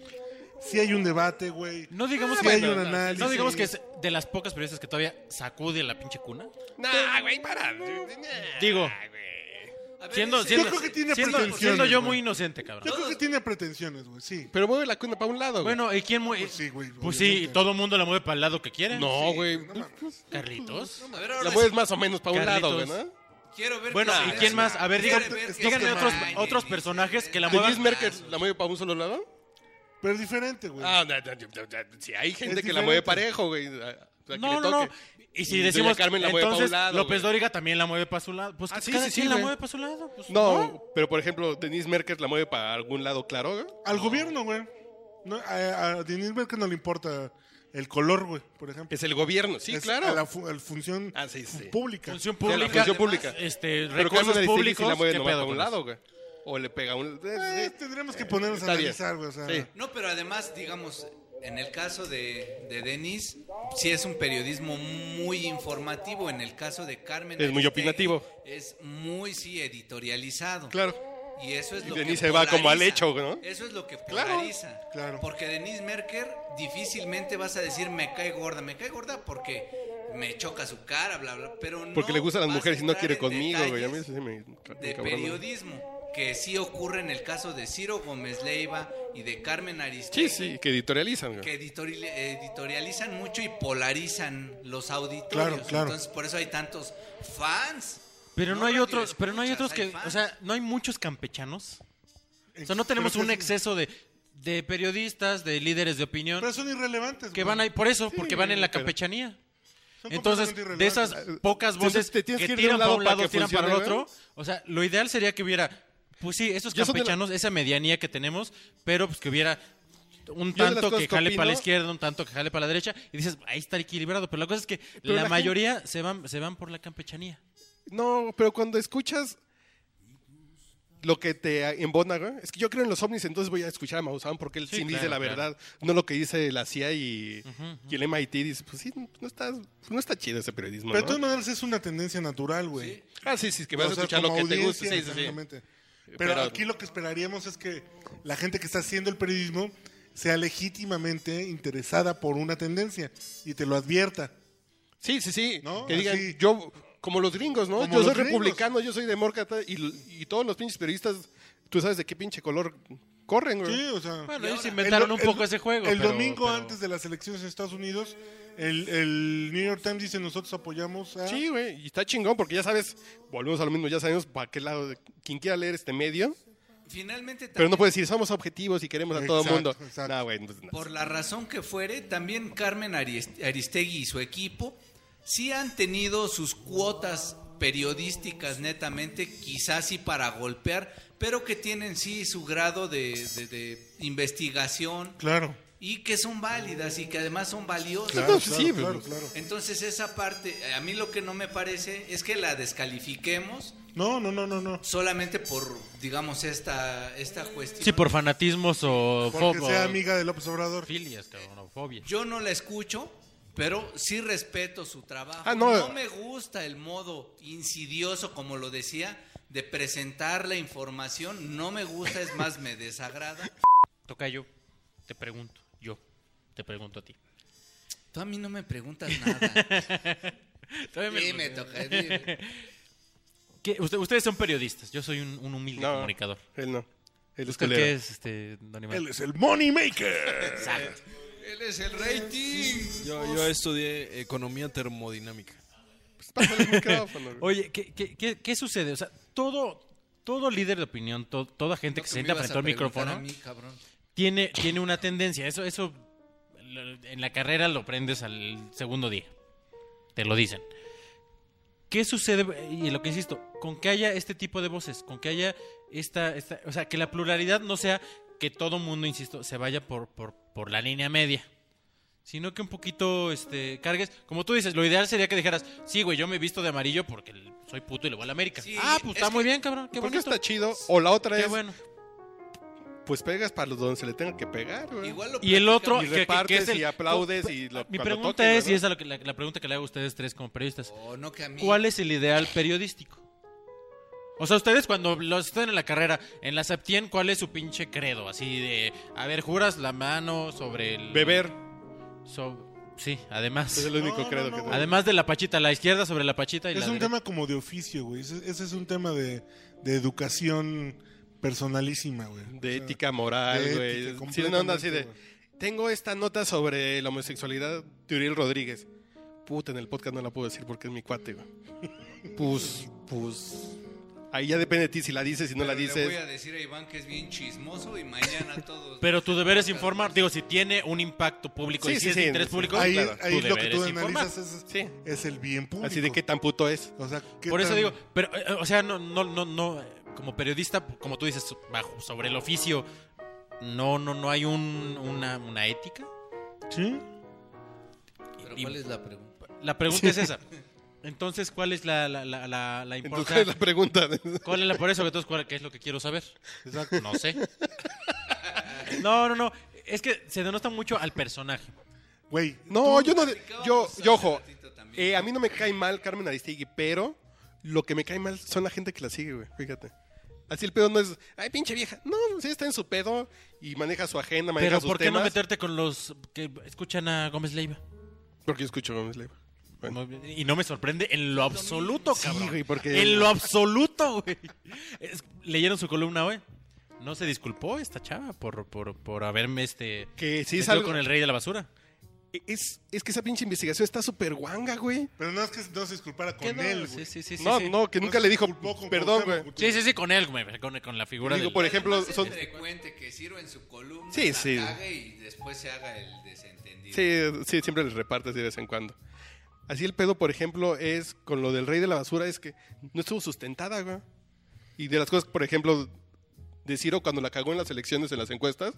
Speaker 1: sí hay un debate, güey.
Speaker 2: No digamos
Speaker 1: Sí
Speaker 2: que
Speaker 1: hay un
Speaker 2: No
Speaker 1: análisis.
Speaker 2: digamos que es de las pocas periodistas que todavía sacude la pinche cuna.
Speaker 4: No, güey, para.
Speaker 2: Digo,
Speaker 3: A ver,
Speaker 2: siendo,
Speaker 3: ese-
Speaker 2: siendo,
Speaker 1: creo que tiene
Speaker 2: siendo,
Speaker 1: pretensiones,
Speaker 2: siendo yo
Speaker 1: güey.
Speaker 2: muy inocente,
Speaker 1: Yo
Speaker 2: cabrón.
Speaker 1: creo que tiene pretensiones, güey, sí.
Speaker 4: Pero mueve la cuna para un lado, güey.
Speaker 2: Bueno, ¿y quién mueve?
Speaker 1: Pues sí, güey,
Speaker 2: Pues sí,
Speaker 1: obviamente.
Speaker 2: todo el mundo la mueve para el lado que quiere.
Speaker 4: no, güey.
Speaker 2: Carlitos.
Speaker 3: A ver,
Speaker 4: la
Speaker 3: ahora
Speaker 4: mueves más o menos para un lado, güey,
Speaker 2: Carlitos.
Speaker 4: ¿no?
Speaker 3: Quiero ver.
Speaker 2: Bueno,
Speaker 3: que se
Speaker 2: ¿y
Speaker 3: vea
Speaker 2: quién
Speaker 3: eso.
Speaker 2: más? A ver,
Speaker 3: Quiero
Speaker 2: digan-
Speaker 3: ver que se
Speaker 2: díganme
Speaker 3: vea
Speaker 2: otros-
Speaker 3: eso.
Speaker 2: otros personajes que la
Speaker 4: ¿De
Speaker 2: muevan-
Speaker 4: Jess Merkel la mueve para un solo lado?
Speaker 1: Pero es diferente, güey.
Speaker 4: Ah, no, no, no, no, no, si hay gente
Speaker 1: Es
Speaker 4: que la mueve
Speaker 1: diferente.
Speaker 4: parejo, güey. a- a que le
Speaker 2: No, no,
Speaker 4: toque.
Speaker 2: no. Y si
Speaker 4: Doña
Speaker 2: decimos
Speaker 4: Carmen la mueve pa'
Speaker 2: entonces
Speaker 4: un lado,
Speaker 2: López
Speaker 4: güey.
Speaker 2: Dóriga también la mueve para su lado. Pues
Speaker 4: Ah, sí,
Speaker 2: cada
Speaker 4: sí, sí,
Speaker 2: quien la
Speaker 4: güey.
Speaker 2: mueve para su lado. pues,
Speaker 4: No, pero por ejemplo, Denise Merkel la mueve para algún lado claro, güey.
Speaker 1: Al gobierno, güey. No, a, a Denise Merkel no le importa el color, güey, por ejemplo.
Speaker 4: Es el gobierno, sí,
Speaker 1: Es
Speaker 4: claro.
Speaker 1: A la, fu- a la función
Speaker 4: Ah, sí, sí.
Speaker 1: pública. Eh,
Speaker 2: Función
Speaker 4: Sí, a
Speaker 2: pública.
Speaker 4: la función pública.
Speaker 2: Este,
Speaker 4: Pero Carmen
Speaker 2: recursos
Speaker 4: Aristegui sí
Speaker 2: públicos.
Speaker 4: la mueve
Speaker 2: ¿qué
Speaker 4: nomás
Speaker 2: pedo
Speaker 4: para un
Speaker 2: con
Speaker 4: lado,
Speaker 2: eso?
Speaker 4: güey. O le pega a un...
Speaker 1: Eh, tendremos que ponernos a
Speaker 4: está bien.
Speaker 1: analizar, güey. O sea,
Speaker 4: Sí.
Speaker 3: No, pero además, digamos, En el caso de, de Denis, sí es un periodismo muy informativo. En el caso de Carmen.
Speaker 4: Es muy
Speaker 3: Aristegui,
Speaker 4: opinativo.
Speaker 3: Es muy, sí, editorializado.
Speaker 4: Claro.
Speaker 3: Y eso es
Speaker 4: Y
Speaker 3: lo que
Speaker 4: Denise se va como al
Speaker 3: polariza.
Speaker 4: hecho, ¿no?
Speaker 3: Eso es lo que
Speaker 4: Claro,
Speaker 3: polariza.
Speaker 1: claro.
Speaker 3: Porque Denise Merker difícilmente vas a decir me cae gorda. Me cae gorda porque me choca su cara, bla, bla. Pero no
Speaker 4: Porque le gustan las
Speaker 3: vas a
Speaker 4: mujeres y no
Speaker 3: entrar
Speaker 4: quiere
Speaker 3: en
Speaker 4: conmigo, güey. A
Speaker 3: detalles
Speaker 4: mí eso sí me. me
Speaker 3: de
Speaker 4: cabrona.
Speaker 3: periodismo que sí ocurre en el caso de Ciro Gómez Leiva y de Carmen
Speaker 4: Sí,
Speaker 3: Aristegui,
Speaker 4: sí, que editorializan, güey.
Speaker 3: que editori- editorializan mucho y polarizan los auditorios.
Speaker 1: Claro, claro.
Speaker 3: Entonces, por eso hay tantos fans.
Speaker 2: Pero no, hay
Speaker 3: radio
Speaker 2: otros, pero no hay
Speaker 3: escuchas,
Speaker 2: otros que,
Speaker 3: fans.
Speaker 2: o sea, no hay muchos campechanos. O sea, no tenemos
Speaker 1: Pero
Speaker 2: un
Speaker 1: que-
Speaker 2: exceso de, de periodistas, de líderes de opinión
Speaker 1: Pero son irrelevantes.
Speaker 2: que
Speaker 1: güey.
Speaker 2: van ahí por eso,
Speaker 4: Sí,
Speaker 2: porque van en la
Speaker 4: pero-
Speaker 2: campechanía.
Speaker 1: Son
Speaker 2: Entonces,
Speaker 1: completamente
Speaker 2: de
Speaker 1: irrelevantes.
Speaker 2: esas pocas voces
Speaker 4: Entonces, te
Speaker 2: que,
Speaker 4: tienes que ir de
Speaker 2: tiran
Speaker 4: un
Speaker 2: para
Speaker 4: lado
Speaker 2: un
Speaker 4: para
Speaker 2: lado,
Speaker 4: que
Speaker 2: tiran para el
Speaker 4: funcione,
Speaker 2: otro.
Speaker 4: ¿verdad?
Speaker 2: O sea, lo ideal sería que hubiera, pues sí, esos
Speaker 4: Yo son de la-
Speaker 2: campechanos, esa medianía que tenemos, pero pues que hubiera un
Speaker 4: Yo de las
Speaker 2: tanto
Speaker 4: cosas
Speaker 2: que
Speaker 4: que
Speaker 2: jale para la
Speaker 4: opino-
Speaker 2: izquierda, un tanto que jale para la derecha, y dices, ahí está equilibrado. Pero la cosa es que
Speaker 4: Pero
Speaker 2: la,
Speaker 4: la
Speaker 2: mayoría se van se van por la campechanía.
Speaker 4: No, pero cuando escuchas lo que te embona, güey, es que yo creo en los ovnis, entonces voy a escuchar a Maussan porque él
Speaker 2: Sí,
Speaker 4: sí, dice
Speaker 2: claro,
Speaker 4: la
Speaker 2: claro.
Speaker 4: verdad, no lo que dice la CIA y, y el MIT. Dice, pues sí, no está, pues no está chido ese periodismo.
Speaker 1: Pero de
Speaker 4: ¿no?
Speaker 1: todas maneras es una tendencia natural, güey.
Speaker 4: Ah, sí, sí, es que vas
Speaker 1: O
Speaker 4: a
Speaker 1: sea,
Speaker 4: escuchar lo
Speaker 1: como
Speaker 4: que te gusta.
Speaker 1: audiencia,
Speaker 4: Sí, sí, sí.
Speaker 1: exactamente. Pero,
Speaker 4: Pero-
Speaker 1: aquí lo que esperaríamos es que la gente que está haciendo el periodismo sea legítimamente interesada por una tendencia y te lo advierta.
Speaker 4: Sí, sí, sí.
Speaker 1: ¿No?
Speaker 4: Que digan,
Speaker 1: Así.
Speaker 4: yo, como los gringos, ¿no?
Speaker 1: Como
Speaker 4: yo
Speaker 1: los
Speaker 4: soy
Speaker 1: gringos.
Speaker 4: republicano, yo soy demócrata y, y todos los pinches periodistas, tú sabes de qué pinche color corren, güey.
Speaker 1: Sí, o sea.
Speaker 2: Bueno,
Speaker 3: Y
Speaker 2: ellos
Speaker 3: ahora-
Speaker 2: inventaron
Speaker 1: el-
Speaker 2: un
Speaker 1: el-
Speaker 2: poco ese juego.
Speaker 1: El
Speaker 2: pero-
Speaker 1: domingo
Speaker 2: pero-
Speaker 1: antes de las elecciones en Estados Unidos, el, el New York Times dice: Nosotros apoyamos a.
Speaker 4: Sí, güey, y está chingón porque ya sabes, volvemos a lo mismo, ya sabemos para qué lado, quien quiera leer este medio,
Speaker 3: Finalmente,
Speaker 4: pero no
Speaker 3: también,
Speaker 4: puede decir, somos objetivos y queremos a todo
Speaker 1: Exacto,
Speaker 4: el mundo.
Speaker 1: exacto.
Speaker 4: No, güey, pues, no.
Speaker 3: por la razón que fuere, también Carmen Aris- Aristegui y su equipo sí han tenido sus cuotas periodísticas netamente, quizás sí para golpear, pero que tienen sí su grado de- de- de investigación,
Speaker 1: Claro.
Speaker 3: y que son válidas y que además son valiosas.
Speaker 1: Claro,
Speaker 4: No, sí,
Speaker 1: claro,
Speaker 4: sí,
Speaker 1: claro,
Speaker 4: pues.
Speaker 1: claro.
Speaker 3: Entonces esa parte, eh, a mí lo que no me parece es que la descalifiquemos
Speaker 1: No, no, no, no. no.
Speaker 3: solamente por, digamos, esta, esta cuestión.
Speaker 2: Sí, por fanatismos o
Speaker 1: Porque
Speaker 2: fobos.
Speaker 1: sea amiga de López Obrador.
Speaker 2: Filias, cabrón, o fobias.
Speaker 3: Yo no la escucho, pero sí respeto su trabajo.
Speaker 4: Ah,
Speaker 3: no.
Speaker 4: no.
Speaker 3: me gusta el modo insidioso, como lo decía, de presentar la información. No me gusta, es más, me desagrada.
Speaker 2: Tocayo, te pregunto, yo, te pregunto a ti.
Speaker 3: Tú a mí no me preguntas
Speaker 2: (laughs)
Speaker 3: nada.
Speaker 2: Todavía me-
Speaker 3: Dime, toca, dime.
Speaker 2: ¿Qué? Usted- ustedes son periodistas, yo soy un, un humilde
Speaker 4: No,
Speaker 2: comunicador.
Speaker 4: Él no. Él es
Speaker 2: ¿Usted
Speaker 4: culero.
Speaker 2: qué es, este, don Iván?
Speaker 1: Él es el Money Maker.
Speaker 3: Exacto. Él es el rating.
Speaker 5: Yo, yo estudié economía termodinámica.
Speaker 4: Pues, pásale el micrófono, güey.
Speaker 2: Oye, ¿qué, qué, qué, qué sucede? O sea, todo, todo líder de opinión, to- toda gente que se sienta frente al micrófono, tiene, tiene una tendencia. Eso, eso lo- en la carrera lo aprendes al segundo día. Te lo dicen. ¿Qué sucede? Y lo que insisto, con que haya este tipo de voces, con que haya esta, esta o sea, que la pluralidad no sea que todo mundo, insisto, se vaya por, por, por la línea media. Sino que un poquito este, cargues. Como tú dices, lo ideal sería que dijeras: Sí, güey, yo me he visto de amarillo porque soy puto y le voy a la América.
Speaker 3: Sí,
Speaker 2: ah, pues
Speaker 3: es
Speaker 2: está muy
Speaker 3: que-
Speaker 2: bien, cabrón. Qué
Speaker 4: ¿Por qué
Speaker 2: bonito.
Speaker 4: está chido? O la otra
Speaker 2: Qué
Speaker 4: es,
Speaker 2: bueno.
Speaker 4: pues pegas para los donde se le tenga que pegar, güey.
Speaker 3: Igual lo
Speaker 2: Y el
Speaker 3: platicamos.
Speaker 2: otro,
Speaker 4: Y
Speaker 2: que- que- que
Speaker 4: repartes
Speaker 2: es el-
Speaker 4: y aplaudes y lo-
Speaker 2: Mi
Speaker 4: cuando
Speaker 2: pregunta
Speaker 4: toquen,
Speaker 2: es, y
Speaker 4: ¿verdad?
Speaker 2: es a lo que- la, la pregunta que le hago a ustedes tres como periodistas,
Speaker 3: Oh, no, que a mí.
Speaker 2: ¿cuál es el ideal periodístico? O sea, ustedes cuando los están en la carrera, en la Septien, ¿cuál es su pinche credo? Así de, a ver, juras la mano sobre el...
Speaker 4: Beber.
Speaker 2: so- sí,
Speaker 4: Es
Speaker 2: además.
Speaker 4: el único
Speaker 1: no,
Speaker 4: credo
Speaker 1: no,
Speaker 4: que tengo.
Speaker 2: Además de la pachita, la izquierda sobre la pachita y
Speaker 1: (laughs)
Speaker 2: la
Speaker 1: Es un
Speaker 2: derecha.
Speaker 1: tema como de oficio, güey. Ese, ese es un tema de, de educación personalísima, güey.
Speaker 4: De
Speaker 1: O sea,
Speaker 4: ética moral,
Speaker 1: de
Speaker 4: güey.
Speaker 1: ética,
Speaker 4: Sí, una
Speaker 1: completamente,
Speaker 4: onda así de.
Speaker 1: güey.
Speaker 4: Tengo esta nota sobre la homosexualidad de Uriel Rodríguez. Puta, en el podcast no la puedo decir porque es mi
Speaker 3: (laughs)
Speaker 4: cuate, güey. Pues, pues. Ahí ya depende de ti si la dices, si no
Speaker 3: Pero
Speaker 4: la
Speaker 3: Le voy a
Speaker 4: dices.
Speaker 3: decir a Iván que es bien chismoso y mañana todos.
Speaker 2: Pero tu deber es informar. Digo, si tiene un impacto público y
Speaker 4: Sí,
Speaker 2: si
Speaker 4: sí,
Speaker 2: es de
Speaker 4: sí,
Speaker 2: interés
Speaker 4: sí.
Speaker 2: público,
Speaker 1: Ahí,
Speaker 4: claro,
Speaker 1: ahí
Speaker 2: tu
Speaker 1: lo que
Speaker 2: deber
Speaker 1: tú
Speaker 2: es informar.
Speaker 1: analizas es,
Speaker 4: Sí.
Speaker 1: es el bien público.
Speaker 4: Así de qué tan puto es.
Speaker 1: O sea, ¿qué
Speaker 2: Por eso
Speaker 1: tan-
Speaker 2: digo, pero, eh, o sea, no, no, no, no, eh, como periodista, como tú dices, bajo, sobre el oficio, no, no, no hay un, una, una ética.
Speaker 1: ¿Sí?
Speaker 3: Pero ¿cuál es la pregunta?
Speaker 2: La pregunta es esa. Entonces, ¿cuál es la, la, la, la, la
Speaker 4: Entonces,
Speaker 2: importancia?
Speaker 4: ¿cuál es la pregunta?
Speaker 2: ¿Cuál es la por eso? Entonces, ¿cuál, ¿qué es lo que quiero saber? No sé. No, no, no. Es que se denota mucho al personaje.
Speaker 1: Güey,
Speaker 4: No, yo no. de-
Speaker 3: platicábamos
Speaker 4: Yo,
Speaker 3: hace
Speaker 4: yo ojo.
Speaker 3: ratito también.
Speaker 4: eh, a mí no me cae mal Carmen Aristegui, pero lo que me cae mal son la gente que la sigue, güey. Fíjate. Así el pedo no es. Ay, pinche vieja. No, sí está en su pedo y maneja su agenda, maneja
Speaker 2: Pero
Speaker 4: sus
Speaker 2: ¿por qué
Speaker 4: temas.
Speaker 2: no meterte con los que escuchan a Gómez Leiva?
Speaker 4: Porque yo escucho Gómez Leiva. Bueno.
Speaker 2: Muy bien. Y no me sorprende en lo absoluto,
Speaker 4: Sí,
Speaker 2: cabrón.
Speaker 4: güey, porque-
Speaker 2: En lo absoluto, güey. Es- Leyeron su columna, güey. No se disculpó esta chava por, por, por haberme este.
Speaker 4: Que sí es
Speaker 2: metido
Speaker 4: algo-
Speaker 2: con el rey de la basura.
Speaker 4: Es, es que esa pinche investigación está súper guanga, güey.
Speaker 1: pero no es que no se disculpara con
Speaker 2: ¿Qué no?
Speaker 1: él,
Speaker 2: sí,
Speaker 1: güey.
Speaker 2: sí, sí, sí,
Speaker 4: no,
Speaker 2: sí.
Speaker 4: no, que nunca
Speaker 1: se
Speaker 4: le dijo.
Speaker 1: disculpó con
Speaker 4: Perdón,
Speaker 1: Cuauhtémoc
Speaker 4: güey.
Speaker 2: Sí, sí, sí, con él, güey. Con, con la figura
Speaker 4: Digo, pues,
Speaker 2: del-
Speaker 4: por ejemplo,
Speaker 3: Además,
Speaker 4: son.
Speaker 3: Es frecuente que sirva en su columna,
Speaker 4: Sí,
Speaker 3: la
Speaker 4: sí.
Speaker 3: cague y después se haga el desentendido.
Speaker 4: Sí, sí, siempre les repartes de vez en cuando. Así el pedo, por ejemplo, es con lo del rey de la basura, es que no estuvo sustentada, güey. Y de las cosas, por ejemplo, de Ciro cuando la cagó en las elecciones, en las encuestas,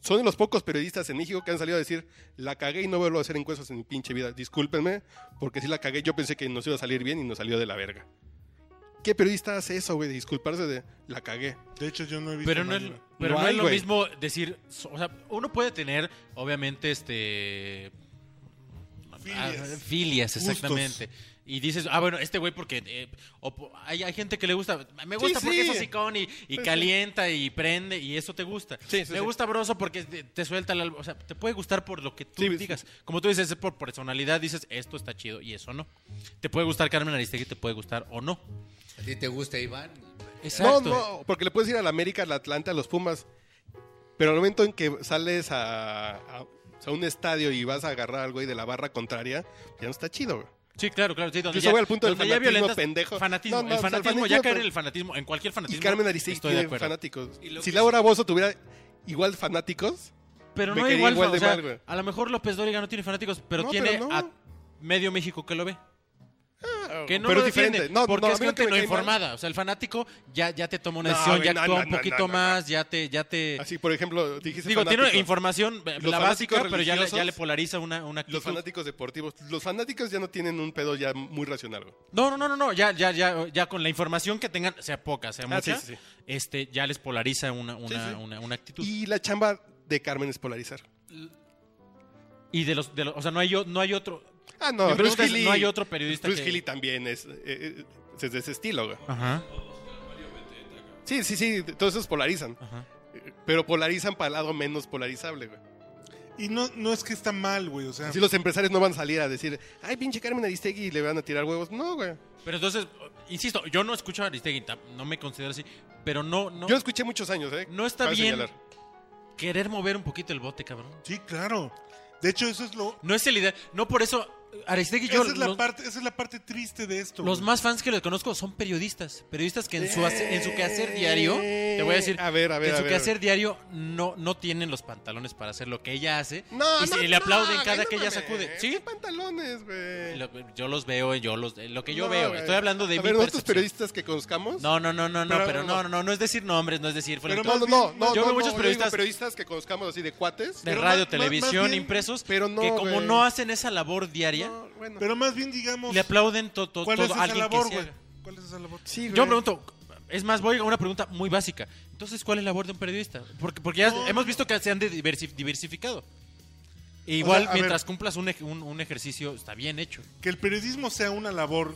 Speaker 4: son de los pocos periodistas en México que han salido a decir, la cagué y no vuelvo a hacer encuestas en mi pinche vida. Discúlpenme, porque si la cagué, yo pensé que nos iba a salir bien y nos salió de la verga. ¿Qué periodista hace eso, güey? de Disculparse de la cagué.
Speaker 1: De hecho, yo no he visto.
Speaker 2: Pero no,
Speaker 1: a
Speaker 2: es,
Speaker 1: nadie.
Speaker 2: pero
Speaker 4: No
Speaker 2: no,
Speaker 4: hay,
Speaker 2: es lo
Speaker 4: güey.
Speaker 2: mismo decir. so- O sea, uno puede tener, obviamente, este.
Speaker 1: Filias.
Speaker 2: ah, filias, exactamente. Y dices, ah, bueno, este güey, porque eh, o po- hay, hay gente que le gusta. Me gusta
Speaker 4: Sí,
Speaker 2: porque
Speaker 4: sí.
Speaker 2: es hocicón y, y calienta y prende y eso te gusta.
Speaker 4: Sí, sí,
Speaker 2: me
Speaker 4: sí.
Speaker 2: gusta Broso porque te, te suelta la. O sea, te puede gustar por lo que tú
Speaker 4: Sí, sí.
Speaker 2: digas. Como tú dices, es por personalidad, dices, esto está chido y eso no. Te puede gustar Carmen Aristegui, te puede gustar o no.
Speaker 3: ¿A ti te gusta Iván?
Speaker 2: Exacto.
Speaker 4: No, no, porque le puedes ir al América, al Atlanta, a los Pumas. Pero al momento en que sales a, a- a un estadio y vas a agarrar al güey de la barra contraria, ya no está chido, güey.
Speaker 2: Sí, claro, claro. Sí, donde
Speaker 4: Yo se voy al punto del
Speaker 2: donde ya
Speaker 4: fanatismo,
Speaker 2: violentas-
Speaker 4: pendejo.
Speaker 2: Fanatismo,
Speaker 4: No,
Speaker 2: el
Speaker 4: no, o sea, el
Speaker 2: fanatismo,
Speaker 4: fanatismo,
Speaker 2: ya caer en
Speaker 4: pero-
Speaker 2: el fanatismo, en cualquier
Speaker 4: Y
Speaker 2: fanatismo.
Speaker 4: Carmen Aristegui
Speaker 2: estoy de
Speaker 4: tiene
Speaker 2: acuerdo.
Speaker 4: fanáticos.
Speaker 3: Y lo
Speaker 4: Si
Speaker 3: que
Speaker 4: Laura Bozo tuviera igual fanáticos,
Speaker 2: Pero
Speaker 4: Me
Speaker 2: no
Speaker 4: caería
Speaker 2: igual,
Speaker 4: igual
Speaker 2: o
Speaker 4: de
Speaker 2: sea,
Speaker 4: mal, güey.
Speaker 2: a lo mejor López Dóriga no tiene fanáticos, pero
Speaker 4: No,
Speaker 2: tiene
Speaker 4: pero no. Oh,
Speaker 2: a medio México que lo ve. Que no
Speaker 4: pero
Speaker 2: lo
Speaker 4: es diferente.
Speaker 2: defiende,
Speaker 4: No,
Speaker 2: porque
Speaker 4: no, a
Speaker 2: es
Speaker 4: mí lo que
Speaker 2: gente
Speaker 4: me
Speaker 2: no
Speaker 4: cae mal-
Speaker 2: informada. O sea, el fanático ya, ya te toma una
Speaker 4: No,
Speaker 2: decisión,
Speaker 4: güey,
Speaker 2: ya
Speaker 4: no,
Speaker 2: actúa
Speaker 4: no,
Speaker 2: un
Speaker 4: no,
Speaker 2: poquito
Speaker 4: no, no.
Speaker 2: más, ya te... Ya te
Speaker 4: así por ejemplo, dijiste
Speaker 2: digo, tiene
Speaker 4: fanáticos.
Speaker 2: información,
Speaker 4: Los
Speaker 2: la básica,
Speaker 4: fanáticos
Speaker 2: pero ya le, ya
Speaker 4: religiosos-
Speaker 2: le polariza una, una
Speaker 4: Los
Speaker 2: actitud.
Speaker 4: fanáticos deportivos. Los fanáticos ya no tienen un pedo ya muy racional, güey.
Speaker 2: No, no, no, no, no, ya, ya, ya, ya con la información que tengan, sea poca, sea
Speaker 4: Ah, sí,
Speaker 2: mucha,
Speaker 4: sí, sí.
Speaker 2: este, ya les polariza una, una,
Speaker 4: sí.
Speaker 2: Una, una actitud.
Speaker 4: Y la chamba de Carmen es polarizar.
Speaker 2: Y de los, de los- o sea, no hay, o- no hay otro.
Speaker 4: Ah, no,
Speaker 2: Mi pregunta
Speaker 4: Bruce
Speaker 2: es,
Speaker 4: Gilly-
Speaker 2: ¿no hay otro periodista
Speaker 4: Bruce
Speaker 2: que-
Speaker 4: Gilly también es, eh, eh, es de ese estilo, güey.
Speaker 2: Ajá.
Speaker 4: Sí, sí, sí, todos esos polarizan.
Speaker 2: Ajá.
Speaker 4: Eh, Pero polarizan para el lado menos polarizable, güey.
Speaker 1: Y no, no es que está mal, güey. O sea,
Speaker 4: Así los empresarios no van a salir a decir, ay, pinche Carmen Aristegui, y le van a tirar huevos. No, güey.
Speaker 2: Pero entonces, insisto, yo no escucho a Aristegui, tam- no me considero así, pero no, no
Speaker 4: Yo escuché muchos años, ¿eh?
Speaker 2: No está
Speaker 4: Cabe
Speaker 2: bien.
Speaker 4: señalar.
Speaker 2: querer mover un poquito el bote, cabrón.
Speaker 1: sí, claro. De hecho, eso es lo.
Speaker 2: No es el ideal. No por eso, Aristegui, yo
Speaker 1: esa, es la
Speaker 2: los,
Speaker 1: parte, esa es la parte triste de esto.
Speaker 2: los
Speaker 1: güey.
Speaker 2: más fans que les conozco son periodistas, periodistas que en su hace- en su quehacer diario, te voy a decir,
Speaker 4: Eh, A ver, a ver,
Speaker 2: que en
Speaker 4: a
Speaker 2: su
Speaker 4: ver.
Speaker 2: quehacer diario no no tienen los pantalones para hacer lo que ella hace y se le
Speaker 4: no,
Speaker 2: aplauden
Speaker 4: güey,
Speaker 2: cada
Speaker 4: no
Speaker 2: que ella
Speaker 4: mames.
Speaker 2: sacude. Sí.
Speaker 4: ¿Qué pantalones, güey?
Speaker 2: Lo- yo los veo, yo los lo que yo
Speaker 4: No,
Speaker 2: veo,
Speaker 4: güey.
Speaker 2: estoy hablando de mi
Speaker 4: a ver, ¿nosotros
Speaker 2: percepción.
Speaker 4: periodistas que conozcamos?
Speaker 2: No, no, no, no, no,
Speaker 1: Pero-
Speaker 2: pero, no, no, no, no es decir nombres, no es decir fue
Speaker 1: Pero
Speaker 4: no, no, no. no,
Speaker 2: Yo veo
Speaker 4: no,
Speaker 2: muchos
Speaker 4: digo
Speaker 2: periodistas-
Speaker 4: periodistas que conozcamos así de cuates.
Speaker 2: de
Speaker 1: pero
Speaker 2: radio,
Speaker 1: más- más- más
Speaker 2: televisión,
Speaker 1: bien-
Speaker 2: impresos,
Speaker 4: pero no,
Speaker 2: que como
Speaker 4: güey.
Speaker 2: no hacen esa labor diaria,
Speaker 4: No, bueno.
Speaker 1: Pero más bien, digamos.
Speaker 2: le aplauden to- to-
Speaker 1: ¿Cuál
Speaker 2: todo
Speaker 1: es
Speaker 2: a
Speaker 1: esa
Speaker 2: alguien
Speaker 1: labor,
Speaker 2: que se
Speaker 1: güey?
Speaker 2: haga.
Speaker 1: ¿Cuál es esa labor?
Speaker 4: Sí,
Speaker 2: Yo
Speaker 4: güey.
Speaker 2: pregunto, es más, voy a una pregunta muy básica. Entonces, ¿cuál es la labor de un periodista? Porque, porque ya
Speaker 1: No,
Speaker 2: hemos visto que se han de diversi- diversificado. E igual,
Speaker 1: a ver.
Speaker 2: mientras cumplas un, ej- un- un ejercicio, está bien hecho.
Speaker 1: Que el periodismo sea una labor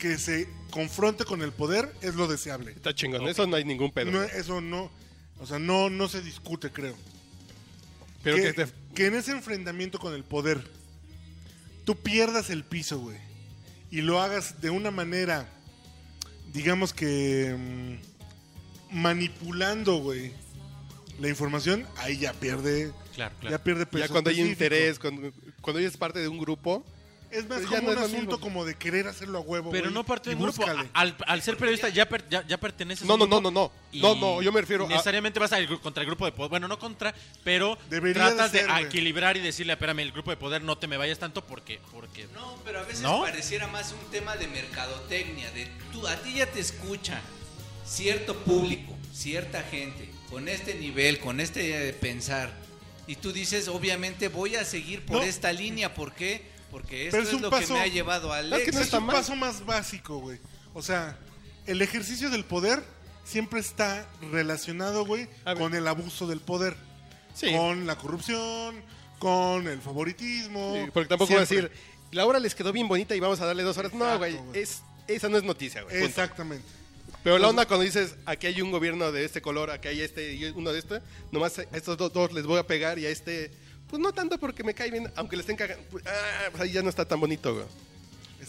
Speaker 1: que se confronte con el poder es lo deseable.
Speaker 4: Está chingón, eso no hay ningún pedo.
Speaker 1: No, eso no. O sea, no, no se discute, creo.
Speaker 4: pero
Speaker 1: que,
Speaker 4: que, te-
Speaker 1: que en ese enfrentamiento con el poder tú pierdas el piso, güey. Y lo hagas de una manera, digamos que mm, manipulando, güey, la información, ahí ya pierde,
Speaker 2: Claro,
Speaker 1: ya pierde peso.
Speaker 4: ya cuando hay
Speaker 1: Pues específico.
Speaker 4: interés, cuando, cuando eres parte de un grupo,
Speaker 1: Es más
Speaker 4: Pues ya
Speaker 1: como
Speaker 4: no
Speaker 1: un
Speaker 4: es lo
Speaker 1: asunto
Speaker 4: mismo.
Speaker 1: como de querer hacerlo a huevo,
Speaker 2: Pero
Speaker 1: güey,
Speaker 2: no parte
Speaker 1: y
Speaker 2: del grupo.
Speaker 1: búscale.
Speaker 2: A- Al, al ser periodista ya, per- ya, ya perteneces a
Speaker 4: No,
Speaker 2: un
Speaker 4: no, no,
Speaker 2: grupo
Speaker 4: no, no.
Speaker 2: y
Speaker 4: No, no, yo me refiero a-
Speaker 2: Necesariamente vas al gru- contra el grupo de poder. Bueno, no contra, pero
Speaker 1: Debería
Speaker 2: tratas
Speaker 1: de
Speaker 2: de,
Speaker 1: ser, güey.
Speaker 2: equilibrar y decirle, espérame, el grupo de poder no te me vayas tanto porque... porque
Speaker 3: No, pero a veces
Speaker 2: ¿No?
Speaker 3: pareciera más un tema de mercadotecnia, de tú, a ti ya te escucha cierto público, cierta gente, con este nivel, con este eh, pensar. Y tú dices, obviamente voy a seguir por
Speaker 1: No.
Speaker 3: esta línea, ¿por qué? Porque esto
Speaker 1: Pero
Speaker 3: es,
Speaker 1: es un
Speaker 3: lo que
Speaker 1: paso-
Speaker 3: me ha llevado al
Speaker 4: Claro que
Speaker 1: Ese
Speaker 3: éxito.
Speaker 4: no
Speaker 1: es
Speaker 4: está
Speaker 1: un
Speaker 4: mal.
Speaker 1: paso más básico, güey. O sea, el ejercicio del poder siempre está relacionado, güey,
Speaker 4: A ver.
Speaker 1: con el abuso del poder.
Speaker 4: Sí.
Speaker 1: con la corrupción, con el favoritismo.
Speaker 4: Sí, Porque tampoco voy a
Speaker 1: Siempre.
Speaker 4: decir, la hora les quedó bien bonita y vamos a darle dos horas. No,
Speaker 1: Exacto,
Speaker 4: güey,
Speaker 1: güey.
Speaker 4: es, esa no es noticia, güey. punto.
Speaker 1: Exactamente.
Speaker 4: Pero la onda cuando dices, aquí hay un gobierno de este color, aquí hay este y uno de este, nomás a estos dos, dos les voy a pegar y a este, pues no tanto porque me cae bien, aunque le estén cagando, pues, ah, pues ahí ya no está tan bonito, güey.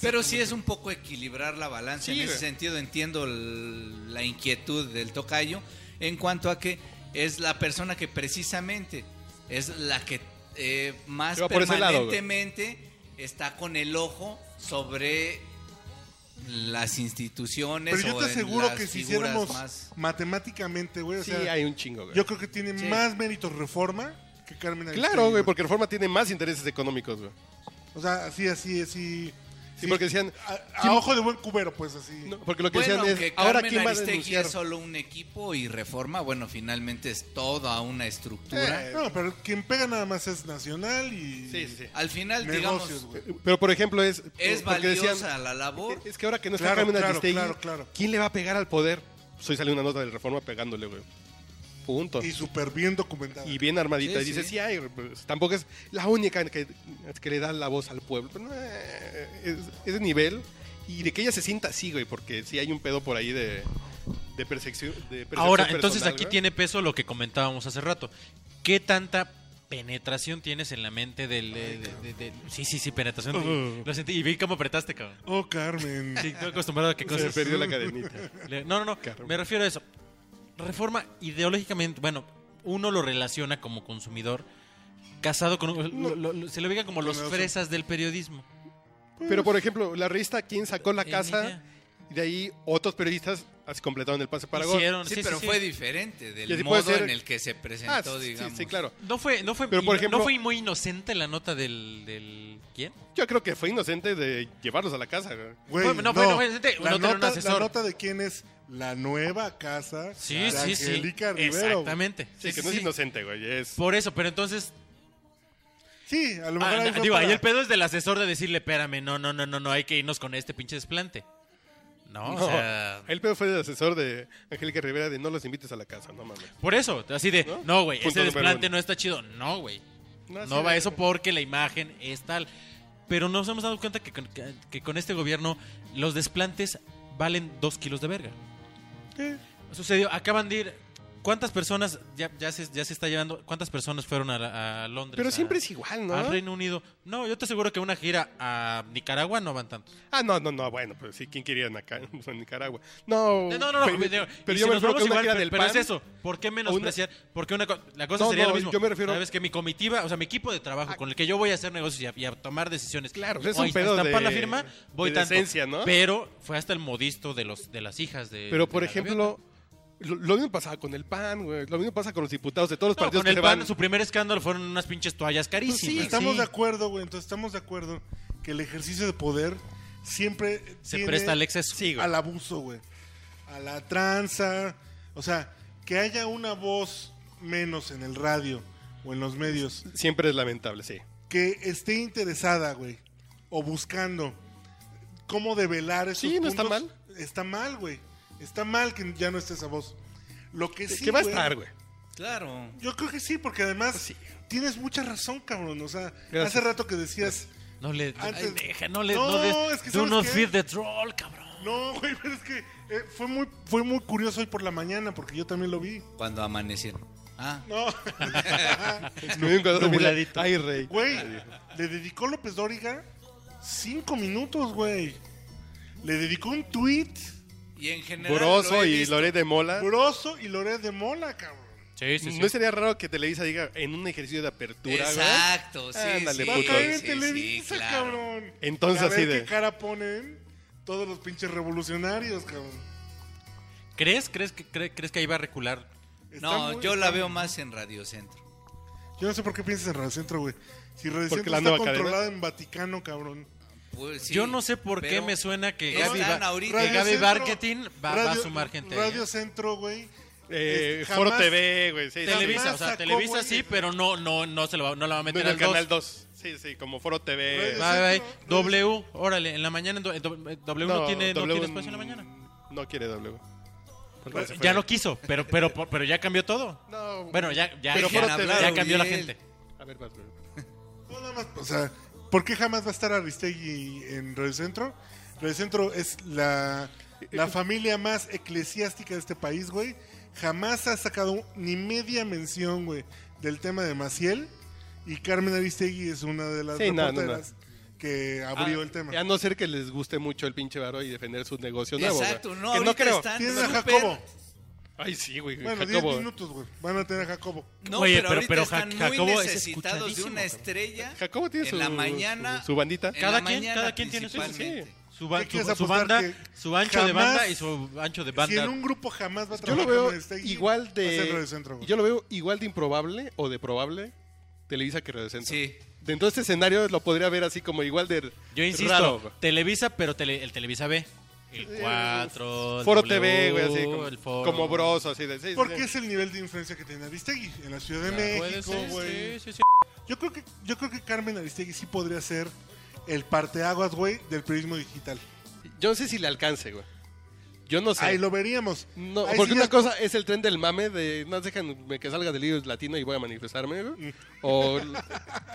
Speaker 3: Pero sí es un poco equilibrar la balanza.
Speaker 4: Sí,
Speaker 3: en ese
Speaker 4: güey.
Speaker 3: sentido entiendo el- la inquietud del tocayo en cuanto a que es la persona que precisamente es la que eh, más
Speaker 4: Se va por ese lado, güey.
Speaker 3: permanentemente está con el ojo sobre las instituciones.
Speaker 1: Pero yo
Speaker 3: o
Speaker 1: te
Speaker 3: en
Speaker 1: aseguro
Speaker 3: las
Speaker 1: que si
Speaker 3: figuras
Speaker 1: hiciéramos
Speaker 3: más-
Speaker 1: matemáticamente, güey, o
Speaker 4: Sí,
Speaker 1: sea,
Speaker 4: hay un chingo, güey.
Speaker 1: yo creo que tiene
Speaker 3: Sí.
Speaker 1: más méritos Reforma que Carmen Aristegui,
Speaker 4: Claro, güey, porque Reforma tiene más intereses económicos, güey.
Speaker 1: O sea, así, así, así...
Speaker 4: Sí, porque decían,
Speaker 1: A, a ojo de buen cubero, pues, así.
Speaker 4: no, porque lo que
Speaker 3: Bueno,
Speaker 4: decían
Speaker 3: aunque
Speaker 4: es, ahora
Speaker 3: Carmen
Speaker 4: quién va a
Speaker 3: Aristegui
Speaker 4: denunciar.
Speaker 3: es solo un equipo y reforma, bueno, finalmente es toda una estructura.
Speaker 1: Eh, no, pero quien pega nada más es Nacional y...
Speaker 4: Sí, sí, sí.
Speaker 3: Al final,
Speaker 1: Negocios,
Speaker 3: digamos,
Speaker 1: güey.
Speaker 4: Eh, Pero por ejemplo es,
Speaker 3: es
Speaker 4: Eh, porque
Speaker 3: valiosa
Speaker 4: decían, eh,
Speaker 3: la labor.
Speaker 4: es que ahora que no está
Speaker 1: Claro,
Speaker 4: Carmen
Speaker 1: claro,
Speaker 4: Aristegui,
Speaker 1: claro, claro.
Speaker 4: ¿quién le va a pegar al poder? Soy sale una nota del Reforma pegándole, güey. Punto.
Speaker 1: Y súper bien documentado.
Speaker 4: y bien armadita.
Speaker 3: Sí,
Speaker 4: y dice,
Speaker 3: sí.
Speaker 4: sí, hay, pues, tampoco es la única que, que le da la voz al pueblo. Pero no, eh, es, es de nivel. Y de que ella se sienta así, güey, porque sí hay un pedo por ahí de, de percepción. de percepción
Speaker 2: Ahora,
Speaker 4: personal,
Speaker 2: entonces aquí
Speaker 4: güey.
Speaker 2: tiene peso lo que comentábamos hace rato. ¿Qué tanta penetración tienes en la mente del... de- de- de- de- sí, sí, sí, penetración.
Speaker 1: Oh.
Speaker 4: Uh.
Speaker 2: Lo sentí y vi cómo apretaste, cabrón.
Speaker 1: Oh,
Speaker 2: (laughs)
Speaker 1: Carmen.
Speaker 2: Sí, estoy acostumbrado a que
Speaker 4: Se
Speaker 2: cosas...
Speaker 4: perdió la cadenita.
Speaker 2: Le- No, no, no.
Speaker 4: Caramba.
Speaker 2: Me refiero a eso. Reforma ideológicamente, bueno, uno lo relaciona como consumidor casado con... un- lo- lo- lo- se le ubica como los
Speaker 1: Con eso.
Speaker 2: fresas del periodismo.
Speaker 4: Pero, por ejemplo, la revista ¿Quién sacó la
Speaker 2: Ni
Speaker 4: casa?
Speaker 2: idea.
Speaker 4: Y de ahí otros periodistas así completaron el pase para gol.
Speaker 2: Hicieron-
Speaker 3: Sí,
Speaker 2: sí, sí,
Speaker 3: pero
Speaker 2: sí.
Speaker 3: fue diferente del
Speaker 4: Y así puede
Speaker 3: modo
Speaker 4: ser-
Speaker 3: en el que se
Speaker 4: Ah,
Speaker 3: presentó,
Speaker 4: sí,
Speaker 3: digamos.
Speaker 4: sí, claro.
Speaker 2: No fue, no fue,
Speaker 4: Pero, por
Speaker 2: ino-
Speaker 4: ejemplo-
Speaker 2: no fue muy inocente la nota del, del- ¿quién?
Speaker 4: Yo creo que fue inocente de llevarlos a la casa. güey.
Speaker 1: Güey, no,
Speaker 2: Bueno, no, bueno, bueno, gente,
Speaker 1: la,
Speaker 2: no tener
Speaker 1: nota,
Speaker 2: un
Speaker 1: la
Speaker 2: asesor.
Speaker 1: nota de quién es la nueva casa
Speaker 2: Sí,
Speaker 1: de
Speaker 2: sí, sí.
Speaker 1: Angélica Rivero. güey.
Speaker 2: Exactamente.
Speaker 4: Sí,
Speaker 2: Sí,
Speaker 4: que
Speaker 2: sí,
Speaker 4: no es
Speaker 2: sí.
Speaker 4: inocente, güey. Es...
Speaker 2: Por eso, pero entonces
Speaker 1: Sí, a lo mejor
Speaker 2: Ah,
Speaker 1: ahí
Speaker 2: no,
Speaker 1: fue
Speaker 2: digo, ahí
Speaker 1: para-
Speaker 2: el pedo es del asesor de decirle, espérame, no, no, no, no, no, hay que irnos con este pinche desplante. No,
Speaker 4: No,
Speaker 2: o sea...
Speaker 4: el pedo fue el asesor de Angélica Rivera de no los invites a la casa, no mames.
Speaker 2: Por eso, así de,
Speaker 4: ¿No?
Speaker 2: no, güey,
Speaker 4: Punto
Speaker 2: ese
Speaker 4: número
Speaker 2: desplante
Speaker 4: uno.
Speaker 2: no está chido. No, güey.
Speaker 4: No,
Speaker 2: No,
Speaker 4: sí,
Speaker 2: va
Speaker 4: de-
Speaker 2: eso porque la imagen es tal. Pero nos hemos dado cuenta que con, que- que con este gobierno los desplantes valen dos kilos de verga. Sucedió, acaban de ir. ¿Cuántas personas ya, ya, se, ya se está llevando? ¿Cuántas personas fueron a, la- a Londres?
Speaker 4: Pero
Speaker 2: a-
Speaker 4: siempre es igual, ¿no?
Speaker 2: Al Reino Unido. No, yo te aseguro que una gira a Nicaragua no van tantos.
Speaker 4: Ah, no, no, no, bueno, pues sí, ¿quién quería en, acá, (laughs) en Nicaragua? No,
Speaker 2: No, no, no.
Speaker 4: pero,
Speaker 2: digo,
Speaker 4: Oh. pero
Speaker 2: y
Speaker 4: yo
Speaker 2: si nos
Speaker 4: me
Speaker 2: vamos
Speaker 4: refiero que una
Speaker 2: igual,
Speaker 4: gira
Speaker 2: pero-
Speaker 4: del
Speaker 2: Pero es
Speaker 4: PAN,
Speaker 2: eso. ¿Por qué menospreciar? Porque una co- la cosa
Speaker 4: No,
Speaker 2: sería
Speaker 4: no,
Speaker 2: lo mismo.
Speaker 4: yo me refiero- Ah.
Speaker 2: Sabes que mi comitiva, o sea, mi equipo de trabajo con el que yo voy a hacer negocios y a, y a tomar decisiones.
Speaker 4: Claro, pues es
Speaker 2: o a
Speaker 4: un pedo
Speaker 2: estampar
Speaker 4: de-
Speaker 2: la firma, voy
Speaker 4: de
Speaker 2: tanto.
Speaker 4: decencia, ¿no?
Speaker 2: Pero fue hasta el modisto de los de las hijas de
Speaker 4: Pero, por
Speaker 2: de la gaviota.
Speaker 4: ejemplo, lo, lo mismo pasaba con el PAN, güey. Lo mismo pasa con los diputados de todos los
Speaker 2: No,
Speaker 4: partidos
Speaker 2: con el
Speaker 4: que
Speaker 2: PAN
Speaker 4: se van. Pues
Speaker 2: su primer escándalo fueron unas pinches toallas carísimas.
Speaker 1: Sí, estamos
Speaker 2: Sí.
Speaker 1: de acuerdo, güey. Entonces estamos de acuerdo que el ejercicio de poder siempre
Speaker 2: Se
Speaker 1: tiene
Speaker 2: presta al exceso. Sí, güey.
Speaker 1: al abuso, güey. A la tranza. O sea, que haya una voz menos en el radio o en los medios
Speaker 4: Siempre es lamentable, sí.
Speaker 1: que esté interesada, güey, o buscando cómo develar esos
Speaker 4: Sí, no está
Speaker 1: puntos,
Speaker 4: mal.
Speaker 1: Está mal, güey. Está mal que ya no esté esa voz. Lo que sí,
Speaker 4: ¿Qué va a
Speaker 1: güey,
Speaker 4: estar, güey?
Speaker 3: Claro.
Speaker 1: Yo creo que sí, porque además
Speaker 4: Sí.
Speaker 1: tienes mucha razón, cabrón. O sea,
Speaker 4: Gracias.
Speaker 1: hace rato que decías,
Speaker 2: No le
Speaker 1: Antes-
Speaker 2: ay, deja, no le
Speaker 1: No,
Speaker 2: no, des-
Speaker 1: es que
Speaker 2: do
Speaker 1: ¿sabes
Speaker 2: not
Speaker 1: qué?
Speaker 2: feed the troll, cabrón.
Speaker 1: no, (laughs) güey, pero es que eh, fue muy fue muy curioso hoy por la mañana porque yo también lo vi.
Speaker 3: Cuando amanecieron. Ah,
Speaker 1: No, (laughs)
Speaker 2: nubladito.
Speaker 4: Ay, rey.
Speaker 1: güey, le dedicó López Dóriga cinco minutos, güey. Le dedicó un tweet
Speaker 3: y en general. lo
Speaker 4: Buroso
Speaker 3: he
Speaker 4: y
Speaker 3: visto.
Speaker 4: Loret de Mola.
Speaker 1: grosso y Loret de Mola, cabrón.
Speaker 2: Sí, sí, sí.
Speaker 4: ¿No sería raro que Televisa diga en un ejercicio de apertura, güey?
Speaker 3: Exacto, sí.
Speaker 4: Ándale,
Speaker 3: sí,
Speaker 1: Va a
Speaker 4: puto.
Speaker 1: caer en
Speaker 3: sí,
Speaker 1: Televisa,
Speaker 3: sí, claro.
Speaker 1: cabrón.
Speaker 4: Entonces,
Speaker 1: Y a ver
Speaker 4: así de-
Speaker 1: qué cara ponen todos los pinches revolucionarios, cabrón.
Speaker 2: ¿Crees, crees, que- cre- crees que ahí va a recular?
Speaker 1: Está
Speaker 3: No,
Speaker 1: muy-
Speaker 3: yo la
Speaker 1: está-
Speaker 3: veo más en Radio Centro.
Speaker 1: Yo no sé por qué piensas en Radio Centro, güey. Si Radio
Speaker 4: Porque
Speaker 1: Centro
Speaker 4: la
Speaker 1: está
Speaker 4: nueva cadena.
Speaker 1: controlada en Vaticano, cabrón.
Speaker 3: Pues, sí,
Speaker 2: Yo no sé por qué
Speaker 3: pero
Speaker 2: me suena que
Speaker 3: están
Speaker 2: Gaby va-
Speaker 3: ahorita.
Speaker 2: que
Speaker 1: Radio
Speaker 2: Gaby
Speaker 1: Centro-
Speaker 2: Marketing va, va a
Speaker 1: Radio-
Speaker 2: sumar gente. ahí,
Speaker 1: Radio
Speaker 2: ¿eh?
Speaker 1: Centro, güey.
Speaker 4: Eh,
Speaker 1: es-
Speaker 4: Foro
Speaker 1: jamás-
Speaker 4: TV, güey. Sí, sí, sí.
Speaker 2: Televisa, o sea,
Speaker 1: sacó,
Speaker 2: Televisa
Speaker 1: güey,
Speaker 2: sí,
Speaker 1: el-
Speaker 2: pero no, no, no se lo va, no la va a
Speaker 4: No,
Speaker 2: meter
Speaker 4: en
Speaker 2: al
Speaker 4: el canal
Speaker 2: canal 2.
Speaker 4: 2. Sí, sí, como Foro TV.
Speaker 1: Radio
Speaker 3: Ah,
Speaker 2: Bye, bye.
Speaker 1: Centro, no,
Speaker 2: W, eh, órale, en la mañana, en do- en do- W no, tiene, no tiene espacio en la mañana.
Speaker 3: Pues,
Speaker 4: No quiere W.
Speaker 1: Pues
Speaker 4: Cuando se fue.
Speaker 2: Ya no quiso, pero, pero, pero ya cambió todo.
Speaker 4: No,
Speaker 2: Bueno, ya, ya,
Speaker 4: Pero
Speaker 2: ya-
Speaker 4: fueron
Speaker 2: ya
Speaker 4: hablados,
Speaker 2: cambió la
Speaker 3: Uriel.
Speaker 2: gente.
Speaker 4: A ver, vas, güey.
Speaker 1: No, nada más, o sea, ¿por qué jamás va a estar Aristegui en Radio Centro? Radio Centro es la,
Speaker 4: Eh,
Speaker 1: la familia más eclesiástica de este país, güey. Jamás ha sacado ni media mención, güey, del tema de Maciel. Y Carmen Aristegui es una de las
Speaker 4: Sí, no, no, no.
Speaker 1: reporteras que
Speaker 4: Ah,
Speaker 1: abrió el tema.
Speaker 4: A no ser que les guste mucho el pinche varo y defender su negocio nuevo. güey.
Speaker 3: Exacto, no,
Speaker 4: Que
Speaker 3: ahorita
Speaker 4: creo.
Speaker 3: están
Speaker 1: Tienes a
Speaker 3: súper-
Speaker 1: Jacobo.
Speaker 4: Ay, sí, güey.
Speaker 1: Bueno, 10
Speaker 4: Jacobo.
Speaker 1: minutos, güey. Van a tener a Jacobo.
Speaker 3: No,
Speaker 2: Oye,
Speaker 3: pero,
Speaker 2: pero-
Speaker 3: ahorita
Speaker 2: pero
Speaker 3: están
Speaker 2: Ja-
Speaker 3: muy
Speaker 2: Jacobo es
Speaker 3: necesitados de una
Speaker 2: escuchadísimo,
Speaker 3: estrella
Speaker 4: Jacobo tiene
Speaker 3: en
Speaker 4: su-
Speaker 3: la mañana.
Speaker 4: su- su bandita.
Speaker 3: en la
Speaker 2: Cada quien,
Speaker 3: mañana
Speaker 2: cada quien tiene su,
Speaker 3: principalmente.
Speaker 4: sí.
Speaker 2: su, ba-
Speaker 1: ¿Qué quieres
Speaker 2: su- su
Speaker 1: apostar
Speaker 2: banda,
Speaker 1: que
Speaker 2: su ancho de
Speaker 1: jamás-
Speaker 2: banda y su ancho
Speaker 1: Si
Speaker 2: de
Speaker 1: en
Speaker 2: banda.
Speaker 1: un grupo jamás va a
Speaker 4: Yo
Speaker 1: trabajar
Speaker 4: lo veo
Speaker 1: Carmen Aristegui,
Speaker 4: igual
Speaker 1: va a ser
Speaker 4: de.
Speaker 1: Radio Centro, güey.
Speaker 4: Yo lo veo igual de improbable o de probable Televisa que Radio Centro.
Speaker 3: Sí.
Speaker 4: Dentro de este escenario lo podría ver así como igual de.
Speaker 2: Yo insisto,
Speaker 4: raro, güey.
Speaker 2: Televisa, pero tele- el Televisa B. El 4, el
Speaker 4: Foro
Speaker 2: W,
Speaker 4: TV, güey, así como,
Speaker 2: el foro.
Speaker 4: como broso, así de. sí,
Speaker 1: Porque
Speaker 4: sí.
Speaker 1: es el nivel de influencia que tiene Aristegui en la Ciudad de
Speaker 2: Puede
Speaker 1: México,
Speaker 2: ser,
Speaker 1: güey.
Speaker 2: sí, sí, sí.
Speaker 1: Yo creo que yo creo que Carmen Aristegui sí podría ser el parteaguas, güey, del periodismo digital.
Speaker 4: Yo no sé si le alcance, güey. Yo no sé.
Speaker 1: Ahí lo veríamos.
Speaker 4: No,
Speaker 1: Ahí
Speaker 4: porque
Speaker 1: sí
Speaker 4: una
Speaker 1: ya-
Speaker 4: cosa es el tren del mame de no déjenme que salga del lío latino y voy a manifestarme, güey. O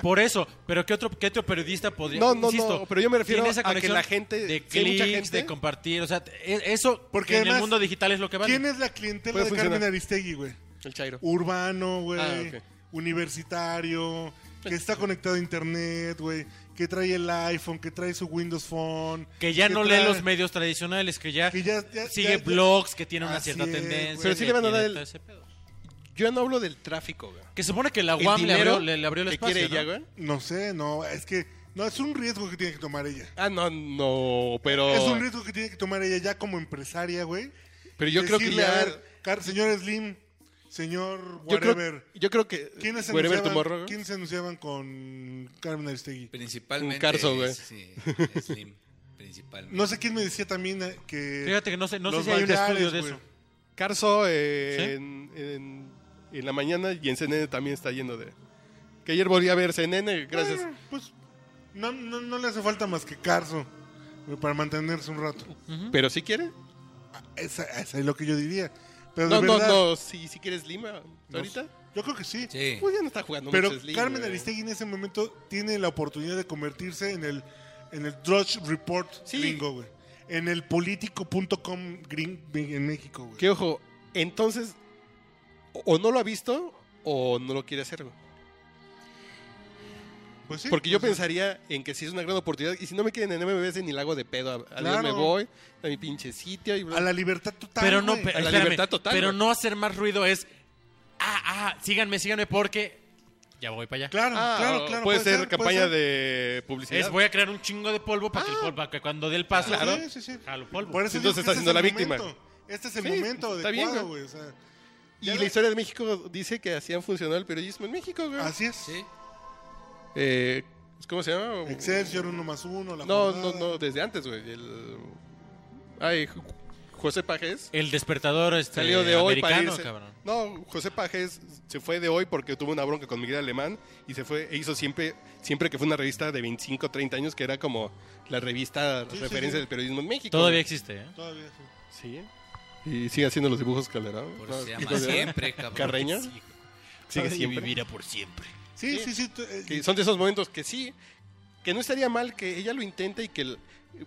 Speaker 2: Por eso, pero ¿qué otro, qué otro periodista podría.?
Speaker 4: No, no,
Speaker 2: Insisto,
Speaker 4: no, pero yo me refiero
Speaker 2: tiene
Speaker 4: a que
Speaker 2: conexión
Speaker 4: la gente-
Speaker 2: De
Speaker 4: si hay mucha
Speaker 2: clics,
Speaker 4: gente-
Speaker 2: de compartir, o sea, e- eso
Speaker 1: Porque
Speaker 2: en
Speaker 1: además,
Speaker 2: el mundo digital es lo que vale.
Speaker 1: ¿Quién es la clientela de
Speaker 4: Puede funcionar.
Speaker 1: Carmen Aristegui, güey?
Speaker 4: el chairo.
Speaker 1: Uh. Urbano, güey.
Speaker 4: Ah, ok.
Speaker 1: Universitario, que está conectado a internet, güey, que trae el iPhone, que trae su Windows Phone,
Speaker 2: Que ya no lee
Speaker 1: trae-
Speaker 2: los medios tradicionales, que ya,
Speaker 1: Que ya- ya-
Speaker 2: sigue
Speaker 1: ya- ya-
Speaker 2: blogs, que tiene una
Speaker 1: Así
Speaker 2: cierta
Speaker 1: es,
Speaker 2: tendencia.
Speaker 1: güey.
Speaker 4: Pero sí
Speaker 2: que
Speaker 4: le van a
Speaker 2: tiene
Speaker 4: dar el-
Speaker 2: todo ese pedo.
Speaker 4: Yo no hablo del tráfico, güey.
Speaker 2: Que supone que la
Speaker 4: El
Speaker 2: UAM le
Speaker 4: dinero
Speaker 2: abrió, le, le abrió el
Speaker 4: que
Speaker 2: espacio.
Speaker 4: quiere
Speaker 2: ¿no?
Speaker 4: ella, güey.
Speaker 1: No sé, no, es que no es un riesgo que tiene que tomar ella.
Speaker 4: Ah, no, no, pero
Speaker 1: Es un riesgo que tiene que tomar ella ya como empresaria, güey.
Speaker 4: Oh. pero yo creo que
Speaker 1: Decirle,
Speaker 4: ya
Speaker 1: a ver, Car- señor Slim, señor
Speaker 4: yo
Speaker 1: whatever.
Speaker 4: creo, yo creo que
Speaker 1: ¿Quiénes se,
Speaker 4: Wherever
Speaker 1: anunciaban,
Speaker 4: Tomorrow, güey.
Speaker 1: quiénes se anunciaban con Carmen Aristegui?
Speaker 3: Principalmente.
Speaker 4: Un carso, güey.
Speaker 3: Sí, Slim. Principalmente.
Speaker 1: No sé quién me decía también eh, que.
Speaker 2: Fíjate que no sé, no sé
Speaker 1: los
Speaker 2: si hay un
Speaker 1: Vallares,
Speaker 2: estudio de
Speaker 1: güey.
Speaker 2: eso.
Speaker 4: Carso eh,
Speaker 2: ¿Sí?
Speaker 4: en, en- en la mañana y en CNN también está yendo de que ayer volví a ver CNN, gracias.
Speaker 1: Bueno, pues no, no, no le hace falta más que Carso güey, para mantenerse un rato.
Speaker 4: Pero si quiere.
Speaker 1: Esa, esa es lo que yo diría. Pero de
Speaker 4: No, no,
Speaker 1: verdad, pues,
Speaker 4: no, si si quieres Lima ahorita.
Speaker 1: Yo creo que sí.
Speaker 3: Sí.
Speaker 4: Pues ya no está jugando
Speaker 1: Pero
Speaker 4: mucho Slim,
Speaker 1: Carmen
Speaker 4: güey.
Speaker 1: Aristegui en ese momento tiene la oportunidad de convertirse en el, en el Drudge Report
Speaker 4: Sí.
Speaker 1: gringo, güey. En el político.com gringo en México, güey.
Speaker 4: Que ojo, entonces, o no lo ha visto o no lo quiere hacer. güey.
Speaker 1: Pues sí,
Speaker 4: Porque yo
Speaker 1: pues sí.
Speaker 4: pensaría en que sí es una gran oportunidad. Y si no me quieren en MBS ni la hago de pedo. A, a Dios
Speaker 1: Claro.
Speaker 4: me voy, a mi pinche sitio. Y bla.
Speaker 1: A la libertad total.
Speaker 2: Pero no,
Speaker 1: güey.
Speaker 2: pe-
Speaker 4: A la
Speaker 2: espérame,
Speaker 4: libertad total,
Speaker 2: pero
Speaker 4: güey.
Speaker 2: no hacer más ruido es. Ah, ah, síganme, síganme porque ya voy para allá.
Speaker 1: Claro,
Speaker 4: Ah,
Speaker 1: claro,
Speaker 4: o
Speaker 1: claro.
Speaker 4: Puede, ser, campaña
Speaker 1: puede ser.
Speaker 4: de publicidad.
Speaker 2: Es voy a crear un chingo de polvo para que el polvo, para que cuando dé el paso,
Speaker 4: Claro.
Speaker 1: Ah. Sí, sí, sí.
Speaker 2: jalo polvo.
Speaker 1: Por eso
Speaker 4: Entonces
Speaker 1: digo que
Speaker 4: está
Speaker 1: este
Speaker 4: siendo
Speaker 1: es
Speaker 4: la
Speaker 1: el
Speaker 4: víctima.
Speaker 1: momento. Este es el
Speaker 4: Sí,
Speaker 1: momento
Speaker 4: está bien,
Speaker 1: adecuado,
Speaker 4: güey.
Speaker 1: güey. o sea,
Speaker 4: y
Speaker 1: ya
Speaker 4: la
Speaker 1: la-
Speaker 4: historia de México dice que así han funcionado el periodismo en México. güey.
Speaker 1: así es.
Speaker 3: Sí.
Speaker 4: Eh, ¿Cómo se llama?
Speaker 1: Excelsior, uno más uno, la
Speaker 4: No, no,
Speaker 1: jornada.
Speaker 4: no, desde antes, güey. El... Ay, Ju- José Pajes.
Speaker 2: El despertador este,
Speaker 4: Salió de hoy para
Speaker 2: americano,
Speaker 4: irse.
Speaker 2: cabrón.
Speaker 4: No, José Pajes se fue de hoy porque tuvo una bronca con Miguel Alemán y se fue e hizo siempre siempre que fue una revista de 25, 30 años que era como la revista
Speaker 1: Sí, sí,
Speaker 4: referencia
Speaker 1: sí.
Speaker 4: del periodismo en México.
Speaker 2: Todavía existe, ¿eh?
Speaker 1: Todavía sí.
Speaker 4: Sí. Y sigue haciendo los dibujos Calderón.
Speaker 3: Por
Speaker 4: No,
Speaker 3: eso se llama
Speaker 4: ¿cómo llama?
Speaker 3: siempre, cabrón.
Speaker 4: Carreño.
Speaker 3: Sí.
Speaker 4: Sigue siempre.
Speaker 2: por siempre.
Speaker 1: Sí, sí, sí. t- eh,
Speaker 4: Que son de esos momentos que sí, que no estaría mal que ella lo intente y que... el-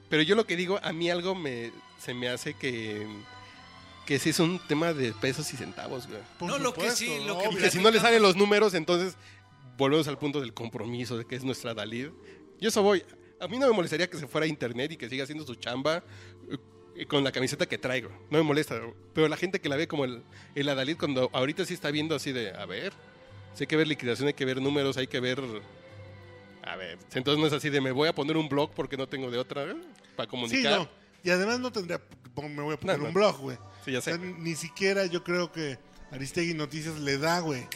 Speaker 4: pero yo lo que digo, a mí algo me, se me hace que... Que sí es un tema de pesos y centavos, güey.
Speaker 1: por
Speaker 3: No, lo que sí,
Speaker 1: supuesto,
Speaker 3: lo que-
Speaker 1: obvio.
Speaker 4: Y que si no le salen los números, entonces volvemos al punto del compromiso, de que es nuestra Dalí. Yo eso voy. A mí no me molestaría que se fuera a internet y que siga haciendo su chamba eh, con la camiseta que traigo. No me molesta. Pero la gente que la ve como el, el Adalid, cuando ahorita sí está viendo así de, a ver, sí hay que ver liquidación, hay que ver números, hay que ver... A ver, entonces no es así de, me voy a poner un blog porque no tengo de otra eh, para
Speaker 1: Sí,
Speaker 4: comunicar.
Speaker 1: no. Y además no tendría. pon- Me voy a poner
Speaker 4: No, no.
Speaker 1: un blog, güey.
Speaker 4: Sí, ya
Speaker 1: O sea,
Speaker 4: sé.
Speaker 1: ni siquiera yo creo que Aristegui Noticias le da, güey.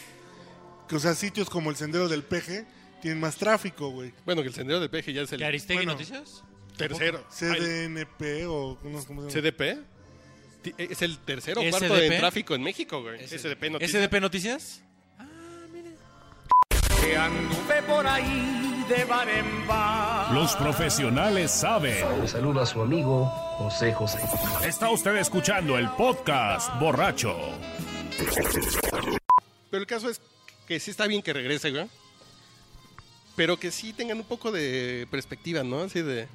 Speaker 1: Que, o sea, sitios como el Sendero del Peje tienen más tráfico, güey.
Speaker 4: Bueno, que el sendero del peje ya es
Speaker 2: ¿Que
Speaker 4: el
Speaker 2: Aristegui
Speaker 1: Bueno.
Speaker 2: Noticias?
Speaker 4: tercero.
Speaker 1: CDNP o no sé cómo se llama.
Speaker 4: ¿CDP? Ti- eh, Es el tercero o
Speaker 2: SDP?
Speaker 4: cuarto de tráfico en México, güey.
Speaker 3: SDP.
Speaker 4: SDP no tiene-
Speaker 2: ¿SDP Noticias?
Speaker 8: que anduve por ahí de bar en bar,
Speaker 6: Los profesionales saben.
Speaker 8: Un saludo a su amigo José José.
Speaker 6: Está usted escuchando el podcast borracho.
Speaker 4: Pero el caso es que sí está bien que regrese, güey. Pero que sí tengan un poco de perspectiva, ¿no? Así de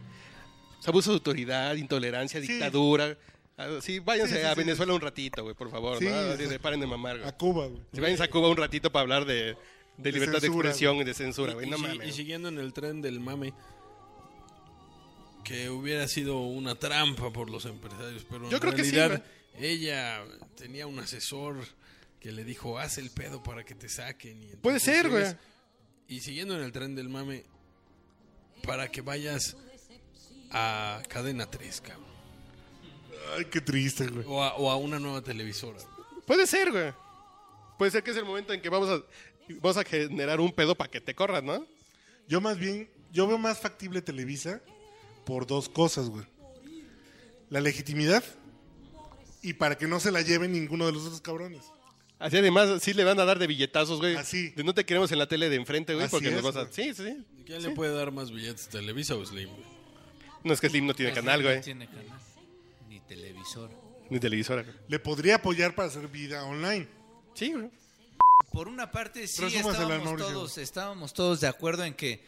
Speaker 4: pues, abuso de autoridad, intolerancia,
Speaker 1: Sí.
Speaker 4: dictadura. Así, váyanse
Speaker 1: Sí, sí,
Speaker 4: a
Speaker 1: sí.
Speaker 4: Venezuela un ratito, güey, por favor.
Speaker 1: Sí,
Speaker 4: ¿no? Así
Speaker 1: sí.
Speaker 4: de paren de mamar, güey.
Speaker 1: A Cuba, güey.
Speaker 4: Si váyanse a Cuba un ratito para hablar de, de
Speaker 1: De
Speaker 4: libertad
Speaker 1: censura,
Speaker 4: de expresión y de censura, güey.
Speaker 5: Y-
Speaker 4: No
Speaker 5: y, si-
Speaker 4: mames.
Speaker 5: y siguiendo en el tren del mame, que hubiera sido una trampa por los empresarios, pero
Speaker 4: Yo
Speaker 5: en
Speaker 4: creo que sí,
Speaker 5: realidad ella tenía un asesor que le dijo, haz el pedo para que te saquen. y
Speaker 4: Puede
Speaker 5: entonces
Speaker 4: ser, güey.
Speaker 5: llegas- Y siguiendo en el tren del mame, para que vayas a Cadena 3, cabrón.
Speaker 1: Ay, qué triste, güey.
Speaker 5: O a, o a una nueva televisora.
Speaker 4: Puede ser, güey. Puede ser que es el momento en que vamos a, vamos a generar un pedo para que te corras, ¿no?
Speaker 1: Yo más bien, yo veo más factible Televisa por dos cosas, güey. La legitimidad y para que no se la lleve ninguno de los otros cabrones.
Speaker 4: Así además, sí le van a dar de billetazos, güey.
Speaker 1: Así.
Speaker 4: De no te queremos en la tele de enfrente, güey,
Speaker 1: Así
Speaker 4: porque nos
Speaker 1: es,
Speaker 4: vas a...
Speaker 1: güey.
Speaker 4: Sí, sí, sí.
Speaker 5: ¿Quién le puede dar más billetes, Televisa o Slim? güey?
Speaker 4: No es que Slim no tiene canal, güey.
Speaker 3: No Este tiene canal. Ni televisor.
Speaker 4: Ni televisora, güey.
Speaker 1: Le podría apoyar para hacer vida online.
Speaker 4: Sí, güey.
Speaker 3: Por una parte, sí,
Speaker 1: Resúmasela,
Speaker 3: estábamos
Speaker 1: Mauricio.
Speaker 3: todos, estábamos todos de acuerdo en que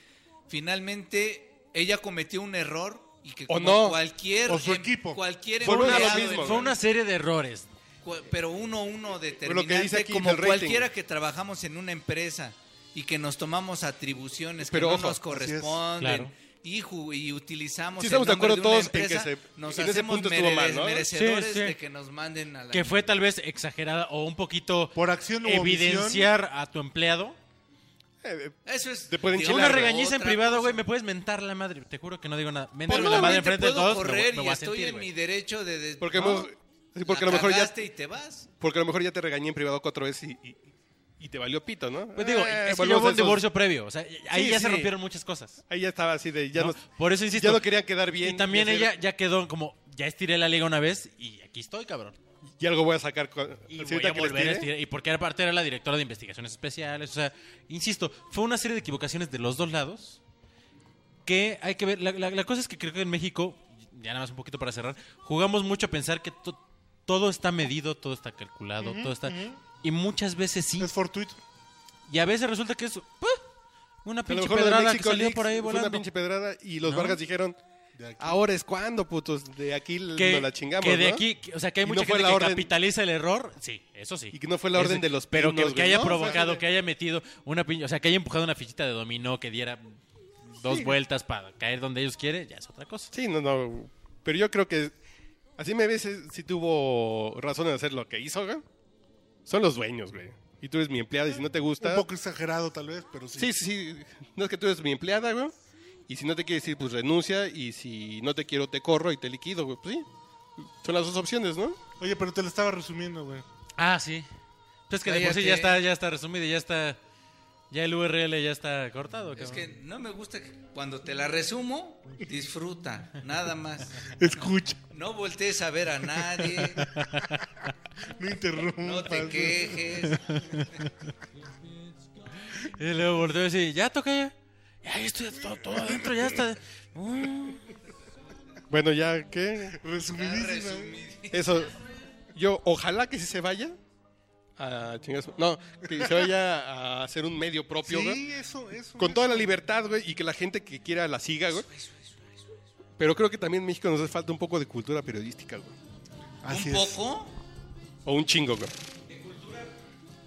Speaker 3: finalmente ella cometió un error y que
Speaker 4: O
Speaker 3: como
Speaker 4: no,
Speaker 3: cualquier
Speaker 1: o su
Speaker 3: em-
Speaker 1: equipo.
Speaker 3: cualquier
Speaker 4: Fue una-
Speaker 3: empleado
Speaker 4: lo mismo,
Speaker 3: en-
Speaker 4: güey.
Speaker 2: Fue una serie de errores.
Speaker 3: Cu- pero uno uno determinante
Speaker 4: Lo que dice aquí
Speaker 3: como
Speaker 4: del rating.
Speaker 3: cualquiera que trabajamos en una empresa y que nos tomamos atribuciones
Speaker 4: Pero
Speaker 3: que
Speaker 4: ojo,
Speaker 3: no nos
Speaker 4: así es.
Speaker 3: corresponden
Speaker 2: Claro.
Speaker 3: y, ju- y utilizamos
Speaker 4: Sí, estamos
Speaker 3: el
Speaker 4: de
Speaker 3: nombre
Speaker 4: acuerdo
Speaker 3: una
Speaker 4: todos en que
Speaker 3: empresa,
Speaker 4: se-
Speaker 3: nos
Speaker 4: en ese
Speaker 3: hacemos
Speaker 4: punto estuvo mal,
Speaker 3: merede-
Speaker 4: ¿no?
Speaker 3: merecedores
Speaker 2: Sí, sí.
Speaker 3: de que nos manden a la
Speaker 2: Que fue tal vez exagerada o un poquito
Speaker 1: Por acción o
Speaker 2: evidenciar a tu empleado.
Speaker 4: Eh, eh,
Speaker 3: eso es
Speaker 4: Te pueden
Speaker 3: digo,
Speaker 4: chingar.
Speaker 2: Una
Speaker 4: Claro.
Speaker 2: regañiza en
Speaker 3: otra
Speaker 2: privado,
Speaker 3: cosa.
Speaker 2: güey, me puedes mentar la madre. Te juro que no digo nada. Méntame
Speaker 4: Pues,
Speaker 2: la madre
Speaker 3: Probablemente
Speaker 2: enfrente de
Speaker 3: puedo
Speaker 2: todos. me voy-
Speaker 3: correr
Speaker 2: me
Speaker 3: y
Speaker 2: voy a
Speaker 3: estoy
Speaker 2: sentir,
Speaker 3: en
Speaker 2: güey.
Speaker 3: mi derecho de, de-
Speaker 4: Porque,
Speaker 3: no,
Speaker 4: mo- sí, porque a
Speaker 3: la
Speaker 4: lo mejor ya...
Speaker 3: cagaste y te vas.
Speaker 4: Porque a lo mejor ya te regañé en privado cuatro veces y, y- y te valió pito, ¿no?
Speaker 2: Pues digo,
Speaker 4: Eh,
Speaker 2: es que ya
Speaker 4: volvemos
Speaker 2: hubo
Speaker 4: a
Speaker 2: un
Speaker 4: esos-
Speaker 2: divorcio previo. O sea, ahí
Speaker 4: Sí,
Speaker 2: ya se
Speaker 4: sí.
Speaker 2: rompieron muchas cosas.
Speaker 4: Ahí ya estaba así de... Ya
Speaker 2: ¿no?
Speaker 4: nos-
Speaker 2: Por eso insisto.
Speaker 4: ya no querían quedar bien.
Speaker 2: Y también
Speaker 4: y hacer-
Speaker 2: ella ya quedó como, ya estiré la liga una vez y aquí estoy, cabrón.
Speaker 4: Y algo voy a sacar... con-
Speaker 2: Y voy
Speaker 4: así ahorita
Speaker 2: a
Speaker 4: que les
Speaker 2: volver a
Speaker 4: tire.
Speaker 2: estirar. Y porque aparte era la directora de investigaciones especiales. O sea, insisto, fue una serie de equivocaciones de los dos lados que hay que ver. La, la- la cosa es que creo que en México, ya nada más un poquito para cerrar, jugamos mucho a pensar que to- todo está medido, todo está calculado, todo está... Y muchas veces sí.
Speaker 1: Es fortuito.
Speaker 2: Y a veces resulta que es ¡pah! una
Speaker 4: A lo
Speaker 2: pinche
Speaker 4: mejor lo de
Speaker 2: pedrada que
Speaker 4: México
Speaker 2: salió
Speaker 4: Leaks
Speaker 2: por ahí
Speaker 4: fue
Speaker 2: volando.
Speaker 4: una pinche pedrada y los
Speaker 2: ¿No?
Speaker 4: Vargas dijeron, ahora es cuando, putos, de aquí
Speaker 2: que,
Speaker 4: nos la chingamos,
Speaker 2: que de
Speaker 4: ¿no?
Speaker 2: aquí, que- o sea, que hay
Speaker 4: Y
Speaker 2: mucha
Speaker 4: no fue
Speaker 2: gente
Speaker 4: la
Speaker 2: que
Speaker 4: orden-
Speaker 2: capitaliza el error, sí, eso sí.
Speaker 4: Y que no fue la orden
Speaker 2: Ese-
Speaker 4: de los
Speaker 2: Pero que-
Speaker 4: pinos,
Speaker 2: que,
Speaker 4: güey,
Speaker 2: haya
Speaker 4: ¿no?
Speaker 2: provocado,
Speaker 4: Fue (laughs) así de-
Speaker 2: que haya metido una pinche, o sea, que haya empujado una fichita de dominó que diera dos vueltas para caer donde ellos quieren, ya es otra cosa.
Speaker 4: Sí, no, no. Pero yo creo que. Así me ves, eh, sí tuvo razón en hacer lo que hizo, güey. Son los dueños, güey. Y tú eres mi empleada y si no te gusta.
Speaker 1: Un poco exagerado tal vez, pero sí.
Speaker 4: Sí, sí, sí. No es que tú eres mi empleada, güey. Y si no te quieres ir, pues renuncia. Y si no te quiero, te corro y te liquido, güey. Pues sí. Son las dos opciones, ¿no?
Speaker 1: Oye, pero te lo estaba resumiendo, güey.
Speaker 2: Ah, sí. Entonces que de por sí
Speaker 3: Cállate.
Speaker 2: ya está, ya está resumido, y ya está, ya el URL ya está cortado.
Speaker 3: Es
Speaker 2: cabrón.
Speaker 3: que no me gusta que cuando te la resumo, disfruta, nada más.
Speaker 1: Escucha, (laughs)
Speaker 3: No voltees a ver a nadie,
Speaker 1: no interrumpas.
Speaker 3: no te
Speaker 1: güey.
Speaker 4: (laughs)
Speaker 3: quejes.
Speaker 2: Y luego volteo y dice, ya toca ya. Ya estoy todo, todo adentro, ya
Speaker 3: (laughs)
Speaker 2: está. Uh.
Speaker 4: Bueno, ya, ¿qué?
Speaker 1: Resumidísima. güey.
Speaker 3: Resumí.
Speaker 4: Eso. Yo, ojalá que sí se vaya. A chingazo. No, que se vaya a hacer un medio propio, güey.
Speaker 1: Sí, eso, eso.
Speaker 4: Con toda la libertad, güey, y que la gente que quiera la siga, güey. Pero creo que también en México nos hace falta un poco de cultura periodística, güey.
Speaker 1: Así
Speaker 3: Un
Speaker 1: es.
Speaker 3: poco,
Speaker 4: O un chingo, güey.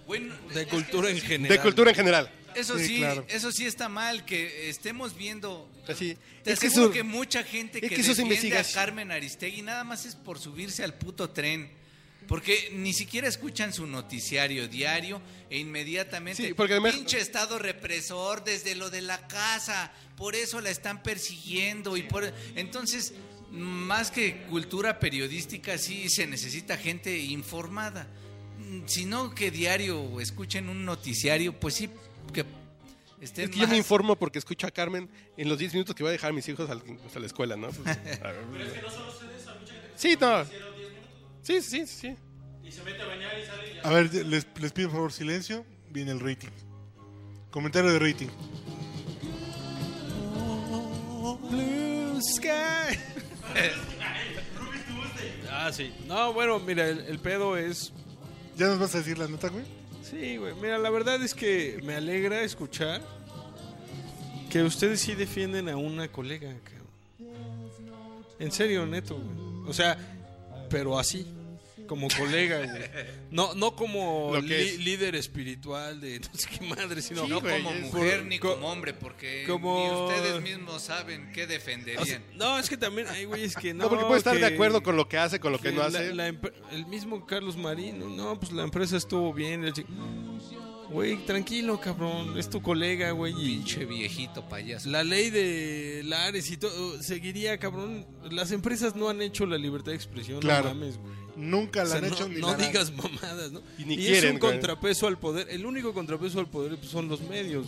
Speaker 3: bueno,
Speaker 5: De
Speaker 3: es que
Speaker 5: cultura en
Speaker 3: eso sí-
Speaker 5: general.
Speaker 4: De cultura en general.
Speaker 3: Eso
Speaker 1: Sí,
Speaker 3: sí,
Speaker 1: claro.
Speaker 3: eso sí está mal que estemos viendo.
Speaker 4: Así.
Speaker 3: Te
Speaker 4: Es que
Speaker 3: aseguro
Speaker 4: eso-
Speaker 3: que, mucha gente
Speaker 4: es
Speaker 3: que,
Speaker 4: que eso es
Speaker 3: defiende
Speaker 4: investigación.
Speaker 3: a Carmen Aristegui nada más es por subirse al puto tren. Porque ni siquiera escuchan su noticiario diario e inmediatamente
Speaker 4: Sí, porque además-
Speaker 3: pinche estado represor desde lo de la casa, por eso la están persiguiendo y por entonces más que cultura periodística sí se necesita gente informada. Mm, Si no que diario escuchen un noticiario, pues sí que estén
Speaker 4: Es que yo me
Speaker 3: más-
Speaker 4: informo porque escucho a Carmen en los 10 minutos que va a dejar a mis hijos al- pues, a la escuela, ¿no? Pues, a ver. Sí, no. Sí, sí, sí.
Speaker 1: A ver, les, les pido por favor silencio. Viene el rating. Comentario de rating.
Speaker 5: Blue Sky. ah, sí. No, bueno, mira, el, el pedo es.
Speaker 1: ¿Ya nos vas a decir la neta, güey?
Speaker 5: Sí, güey. Mira, la verdad es que me alegra escuchar que ustedes sí defienden a una colega, cabrón. En serio, neto, güey. O sea, pero así. Como colega, güey. No, no como
Speaker 4: Lo que
Speaker 5: li-
Speaker 4: es.
Speaker 5: líder espiritual de (laughs) no sé qué madre, sino
Speaker 4: Sí,
Speaker 3: No
Speaker 4: güey,
Speaker 3: como
Speaker 4: es-
Speaker 3: mujer
Speaker 5: co-
Speaker 3: ni
Speaker 5: co-
Speaker 3: como hombre, porque
Speaker 5: como-
Speaker 3: ni ustedes mismos saben qué defenderían.
Speaker 5: O sea, no, es que también, ay, güey, es que
Speaker 4: (laughs)
Speaker 5: no.
Speaker 4: No, porque puede estar
Speaker 5: que-
Speaker 4: de acuerdo con lo que hace, con lo que no
Speaker 5: la-
Speaker 4: hace.
Speaker 5: la empre- el mismo Carlos Marino, no, pues la empresa estuvo bien. la chi- Güey, tranquilo, cabrón. Es tu colega, güey. y
Speaker 3: Pinche viejito payaso.
Speaker 5: La ley de Lares y todo seguiría, cabrón. Las empresas no han hecho la libertad de expresión.
Speaker 1: Claro.
Speaker 5: No mames, güey.
Speaker 1: Nunca
Speaker 5: O
Speaker 1: la
Speaker 5: sea,
Speaker 1: han
Speaker 5: no,
Speaker 1: hecho ni
Speaker 5: no
Speaker 1: la harán.
Speaker 5: digas mamadas, ¿no?
Speaker 4: Y ni
Speaker 5: es
Speaker 4: quieren,
Speaker 5: un
Speaker 4: güey.
Speaker 5: contrapeso al poder. El único contrapeso al poder pues, son los medios.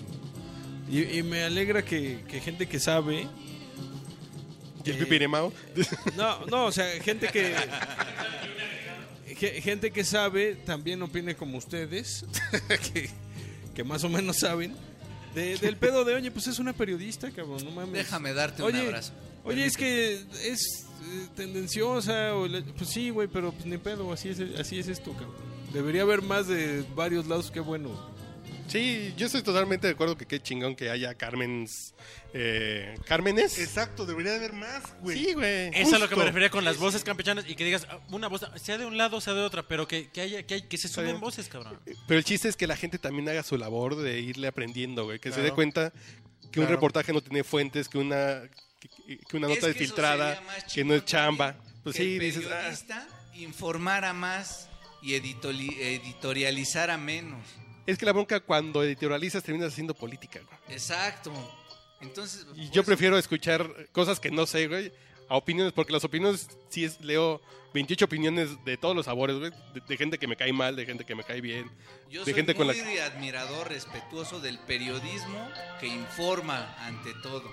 Speaker 5: güey. Y, y me alegra que, que gente que sabe.
Speaker 4: Y el
Speaker 5: eh,
Speaker 4: pipiremao.
Speaker 5: No, no, o sea, gente que. ge- Gente que sabe, también opine como ustedes, (laughs) que, que más o menos saben, de- del pedo de, oye, pues es una periodista, cabrón, no mames.
Speaker 3: Déjame darte un
Speaker 5: Oye,
Speaker 3: abrazo.
Speaker 5: Oye, es que es eh, tendenciosa, o la- pues sí, güey, pero pues ni pedo, así es, así es esto, cabrón. Debería haber más de varios lados, qué bueno.
Speaker 4: (laughs) Sí, yo estoy totalmente de acuerdo que qué chingón que haya Carmen. Eh, ¿Cármenes?
Speaker 1: Exacto, debería de haber más, güey.
Speaker 4: sí, güey.
Speaker 2: Eso es a lo que
Speaker 4: justo.
Speaker 2: me refería con las voces campechanas y que digas ah, una voz, sea de un lado, sea de otra, pero que, que haya, que, hay- que se sumen
Speaker 4: bien.
Speaker 2: voces, cabrón.
Speaker 4: Pero el chiste es que la gente también haga su labor de irle aprendiendo, güey. Que se dé
Speaker 1: Claro.
Speaker 4: cuenta que un
Speaker 1: Claro.
Speaker 4: reportaje no tiene fuentes, que una, que, que una
Speaker 3: Es
Speaker 4: nota es,
Speaker 3: que eso
Speaker 4: filtrada,
Speaker 3: sería más
Speaker 4: que no
Speaker 3: chingón
Speaker 4: es chamba.
Speaker 3: también,
Speaker 4: Pues
Speaker 3: que
Speaker 4: sí,
Speaker 3: el
Speaker 4: dices, ah,
Speaker 3: periodista informara más y editoli- editorializara menos.
Speaker 4: es que la bronca cuando editorializas terminas haciendo política, güey.
Speaker 3: Exacto. Entonces,
Speaker 4: Y
Speaker 3: pues,
Speaker 4: yo prefiero escuchar cosas que no sé, güey, a opiniones, porque las opiniones sí es, leo 28 opiniones de todos los sabores, güey. De, de gente que me cae mal, de gente que me cae bien.
Speaker 3: yo
Speaker 4: de
Speaker 3: soy
Speaker 4: gente
Speaker 3: muy
Speaker 4: con la-
Speaker 3: admirador, respetuoso del periodismo que informa ante todo.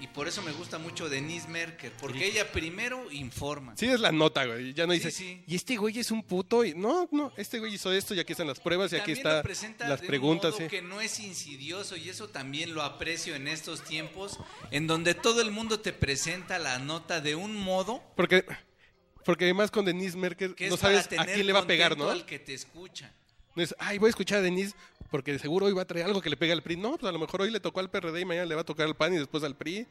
Speaker 3: Y por eso me gusta mucho Denise Merker, porque ella primero informa.
Speaker 4: Sí, es la nota, güey. Ya no
Speaker 3: Sí,
Speaker 4: dice,
Speaker 3: sí.
Speaker 4: y este güey es un puto. Y... No, no, este güey hizo esto y aquí están las pruebas y aquí
Speaker 3: También
Speaker 4: están
Speaker 3: lo presenta
Speaker 4: las
Speaker 3: de un
Speaker 4: preguntas.
Speaker 3: modo
Speaker 4: sí.
Speaker 3: que no es insidioso y eso también lo aprecio en estos tiempos en donde todo el mundo te presenta la nota de un modo
Speaker 4: Porque, porque además con Denise Merkel
Speaker 3: que es
Speaker 4: no sabes
Speaker 3: para
Speaker 4: a
Speaker 3: tener
Speaker 4: quién le va a pegar,
Speaker 3: contento
Speaker 4: ¿no?
Speaker 3: al que te escucha.
Speaker 4: No es, ay, voy a escuchar a Denise porque seguro hoy va a traer algo que le pega al PRI. No, pues a lo mejor hoy le tocó al PRD y mañana le va a tocar al PAN y después al PRI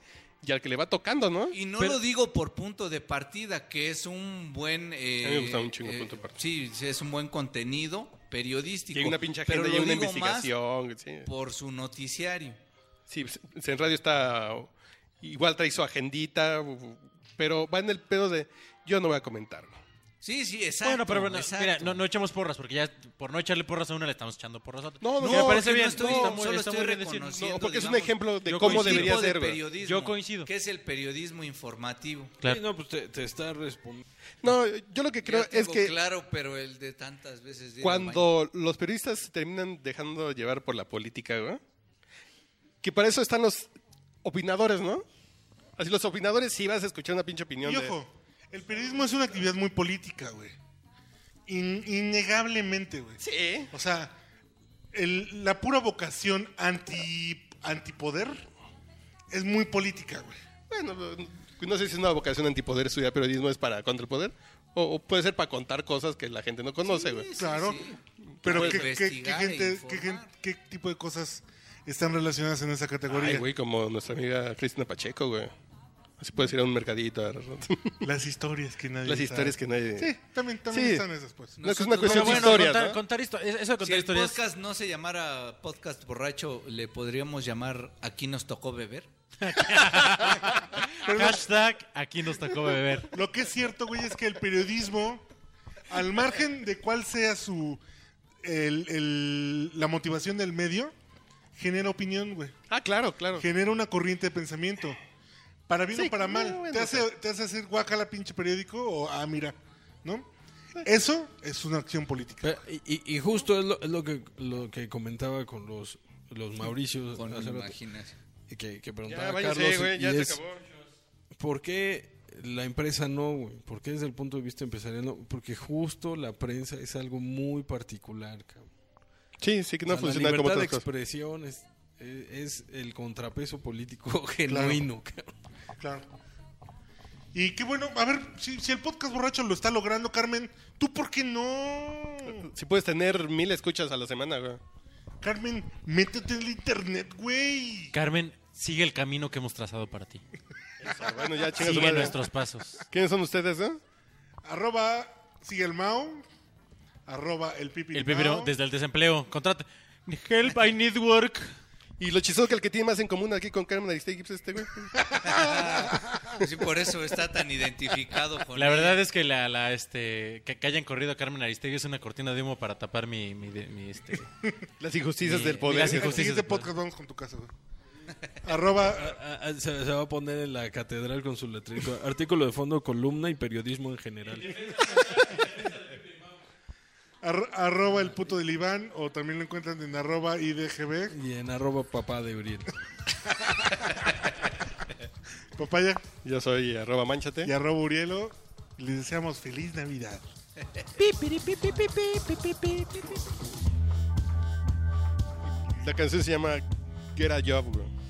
Speaker 4: y al que le va tocando, ¿no?
Speaker 3: Y no
Speaker 4: Pero-
Speaker 3: lo digo por punto de partida, que es un buen... eh,
Speaker 4: A mí me gusta un chingo punto de partida.
Speaker 3: Sí, sí, es un buen contenido periodístico.
Speaker 4: Y hay una pinche
Speaker 3: pero
Speaker 4: agenda y
Speaker 3: lo
Speaker 4: hay una
Speaker 3: digo más
Speaker 4: investigación. Sí.
Speaker 3: por su noticiario.
Speaker 4: Sí, pues, en radio está. Igual trae su agendita, pero va en el pedo de. Yo no voy a comentarlo.
Speaker 3: Sí, sí, exacto.
Speaker 2: bueno, pero bueno,
Speaker 3: exacto.
Speaker 2: mira, no, no echemos porras, porque ya por no echarle porras a una le estamos echando porras a otra.
Speaker 4: No, no,
Speaker 2: Que me
Speaker 4: no,
Speaker 2: parece
Speaker 3: que no
Speaker 2: bien.
Speaker 3: estoy-
Speaker 2: está
Speaker 3: no,
Speaker 2: muy-
Speaker 3: solo
Speaker 2: está muy
Speaker 3: estoy
Speaker 2: bien decirlo.
Speaker 3: reconociendo.
Speaker 4: No, porque es un
Speaker 3: digamos,
Speaker 4: ejemplo de
Speaker 2: yo coincido.
Speaker 4: cómo debería
Speaker 3: tipo de
Speaker 4: ser. güey.
Speaker 3: periodismo,
Speaker 2: Yo coincido.
Speaker 3: Que es el periodismo informativo.
Speaker 2: Claro.
Speaker 5: Sí, no, pues te, te está respondiendo.
Speaker 4: No, yo lo que creo
Speaker 3: Ya
Speaker 4: es
Speaker 3: tengo
Speaker 4: que
Speaker 3: claro, pero el de tantas veces. de ir al
Speaker 4: cuando los periodistas se terminan dejando llevar por la política, güey, que para eso están los opinadores, ¿no? Así los opinadores sí vas a escuchar una pinche opinión.
Speaker 1: Y
Speaker 4: de-
Speaker 1: ojo, el periodismo es una actividad muy política, güey. In- innegablemente, güey.
Speaker 4: Sí.
Speaker 1: O sea, el- la pura vocación anti antipoder es muy política, güey.
Speaker 4: Bueno, no sé si es una vocación antipoder estudiar periodismo es para contra el poder o, o puede ser para contar cosas que la gente no conoce, güey.
Speaker 1: Claro.
Speaker 3: sí.
Speaker 1: Pero
Speaker 3: Puedes
Speaker 1: ¿qué, qué- qué
Speaker 3: investigar e
Speaker 1: gente, qué,
Speaker 3: informar.
Speaker 1: gen- qué tipo de cosas están relacionadas en esa categoría?
Speaker 4: Ay, güey, como nuestra amiga Cristina Pacheco, güey. Así puedes ir a un mercadito. a- (laughs)
Speaker 1: Las historias que nadie
Speaker 4: Las
Speaker 1: sabe.
Speaker 4: historias que nadie.
Speaker 1: Sí, también, también
Speaker 4: Sí.
Speaker 1: están esas, pues.
Speaker 4: No, es que
Speaker 3: Nosotros-
Speaker 4: es una cuestión
Speaker 2: Pero
Speaker 4: de
Speaker 2: bueno,
Speaker 4: historias,
Speaker 2: contar,
Speaker 4: ¿no?
Speaker 2: contar histo- eso de
Speaker 3: Si
Speaker 2: contar
Speaker 3: el
Speaker 2: historias.
Speaker 3: podcast no se llamara podcast borracho, le podríamos llamar aquí nos tocó beber.
Speaker 2: Hashtag aquí nos tocó beber.
Speaker 1: Lo que es cierto, güey, es que el periodismo, al margen de cuál sea su. el- el- la motivación del medio, genera opinión, güey.
Speaker 4: Ah, claro, claro.
Speaker 1: Genera una corriente de pensamiento. Para bien
Speaker 4: Sí,
Speaker 1: o para mal.
Speaker 4: no, bueno,
Speaker 1: te, hace,
Speaker 4: o
Speaker 1: te hace hacer guacala pinche periódico o ah, mira, ¿no? Eso es una acción política.
Speaker 5: Pero- y, y- y justo es lo, es lo que lo que comentaba con los los Mauricios
Speaker 3: Con
Speaker 5: hace rato,
Speaker 3: imaginación.
Speaker 5: y que, que preguntaba
Speaker 4: Ya, váyanse,
Speaker 5: Carlos
Speaker 4: güey,
Speaker 5: y
Speaker 4: ya se
Speaker 5: es,
Speaker 4: acabó.
Speaker 5: ¿por qué la empresa no, güey? ¿Por qué desde el punto de vista empresarial no? Porque justo la prensa es algo muy particular, cabrón.
Speaker 4: Sí, sí, que no
Speaker 5: O sea,
Speaker 4: funciona
Speaker 5: la
Speaker 4: como
Speaker 5: libertad de
Speaker 4: otras cosas.
Speaker 5: expresión es, eh, es el contrapeso político genuino. cabrón.
Speaker 1: Claro. Y qué bueno, a ver, si, si el podcast borracho lo está logrando, Carmen, ¿tú por qué no?
Speaker 4: Si puedes tener mil escuchas a la semana, güey.
Speaker 1: Carmen, métete en el internet, güey.
Speaker 2: Carmen, sigue el camino que hemos trazado para ti.
Speaker 4: Eso,
Speaker 2: (laughs)
Speaker 4: Bueno, ya chingas
Speaker 2: Sigue nuestros pasos.
Speaker 4: ¿Quiénes son ustedes, eh?
Speaker 1: Arroba, sigue el Mao. Arroba el pipi.
Speaker 2: El
Speaker 1: Mao.
Speaker 2: primero, desde el desempleo, contrata. Help, I need work.
Speaker 4: Y lo chistoso que el que tiene más en común aquí con Carmen Aristegui es este, güey.
Speaker 3: Sí, por eso está
Speaker 2: (laughs)
Speaker 3: tan identificado con
Speaker 2: La verdad
Speaker 3: ella.
Speaker 2: es que la, la, este, que, que hayan corrido a Carmen Aristegui es una cortina de humo para tapar mi, mi, de- mi, este,
Speaker 4: Las injusticias
Speaker 2: Mi-
Speaker 4: del
Speaker 2: mi-
Speaker 4: poder.
Speaker 2: las
Speaker 1: En el
Speaker 2: injusticias
Speaker 1: siguiente
Speaker 2: del
Speaker 1: podcast vamos con tu casa, güey. Arroba,
Speaker 5: Ah, ah, se, se va a poner en la catedral con su letrero. Artículo de fondo, columna y periodismo en general.
Speaker 1: arro- arroba el puto del Iván. O también lo encuentran en arroba IDGB.
Speaker 5: Y en arroba papá de Uriel.
Speaker 1: Papaya
Speaker 4: Yo soy arroba manchate.
Speaker 1: y arroba Urielo. Y les deseamos feliz Navidad.
Speaker 4: La canción se llama Get a Job, güey.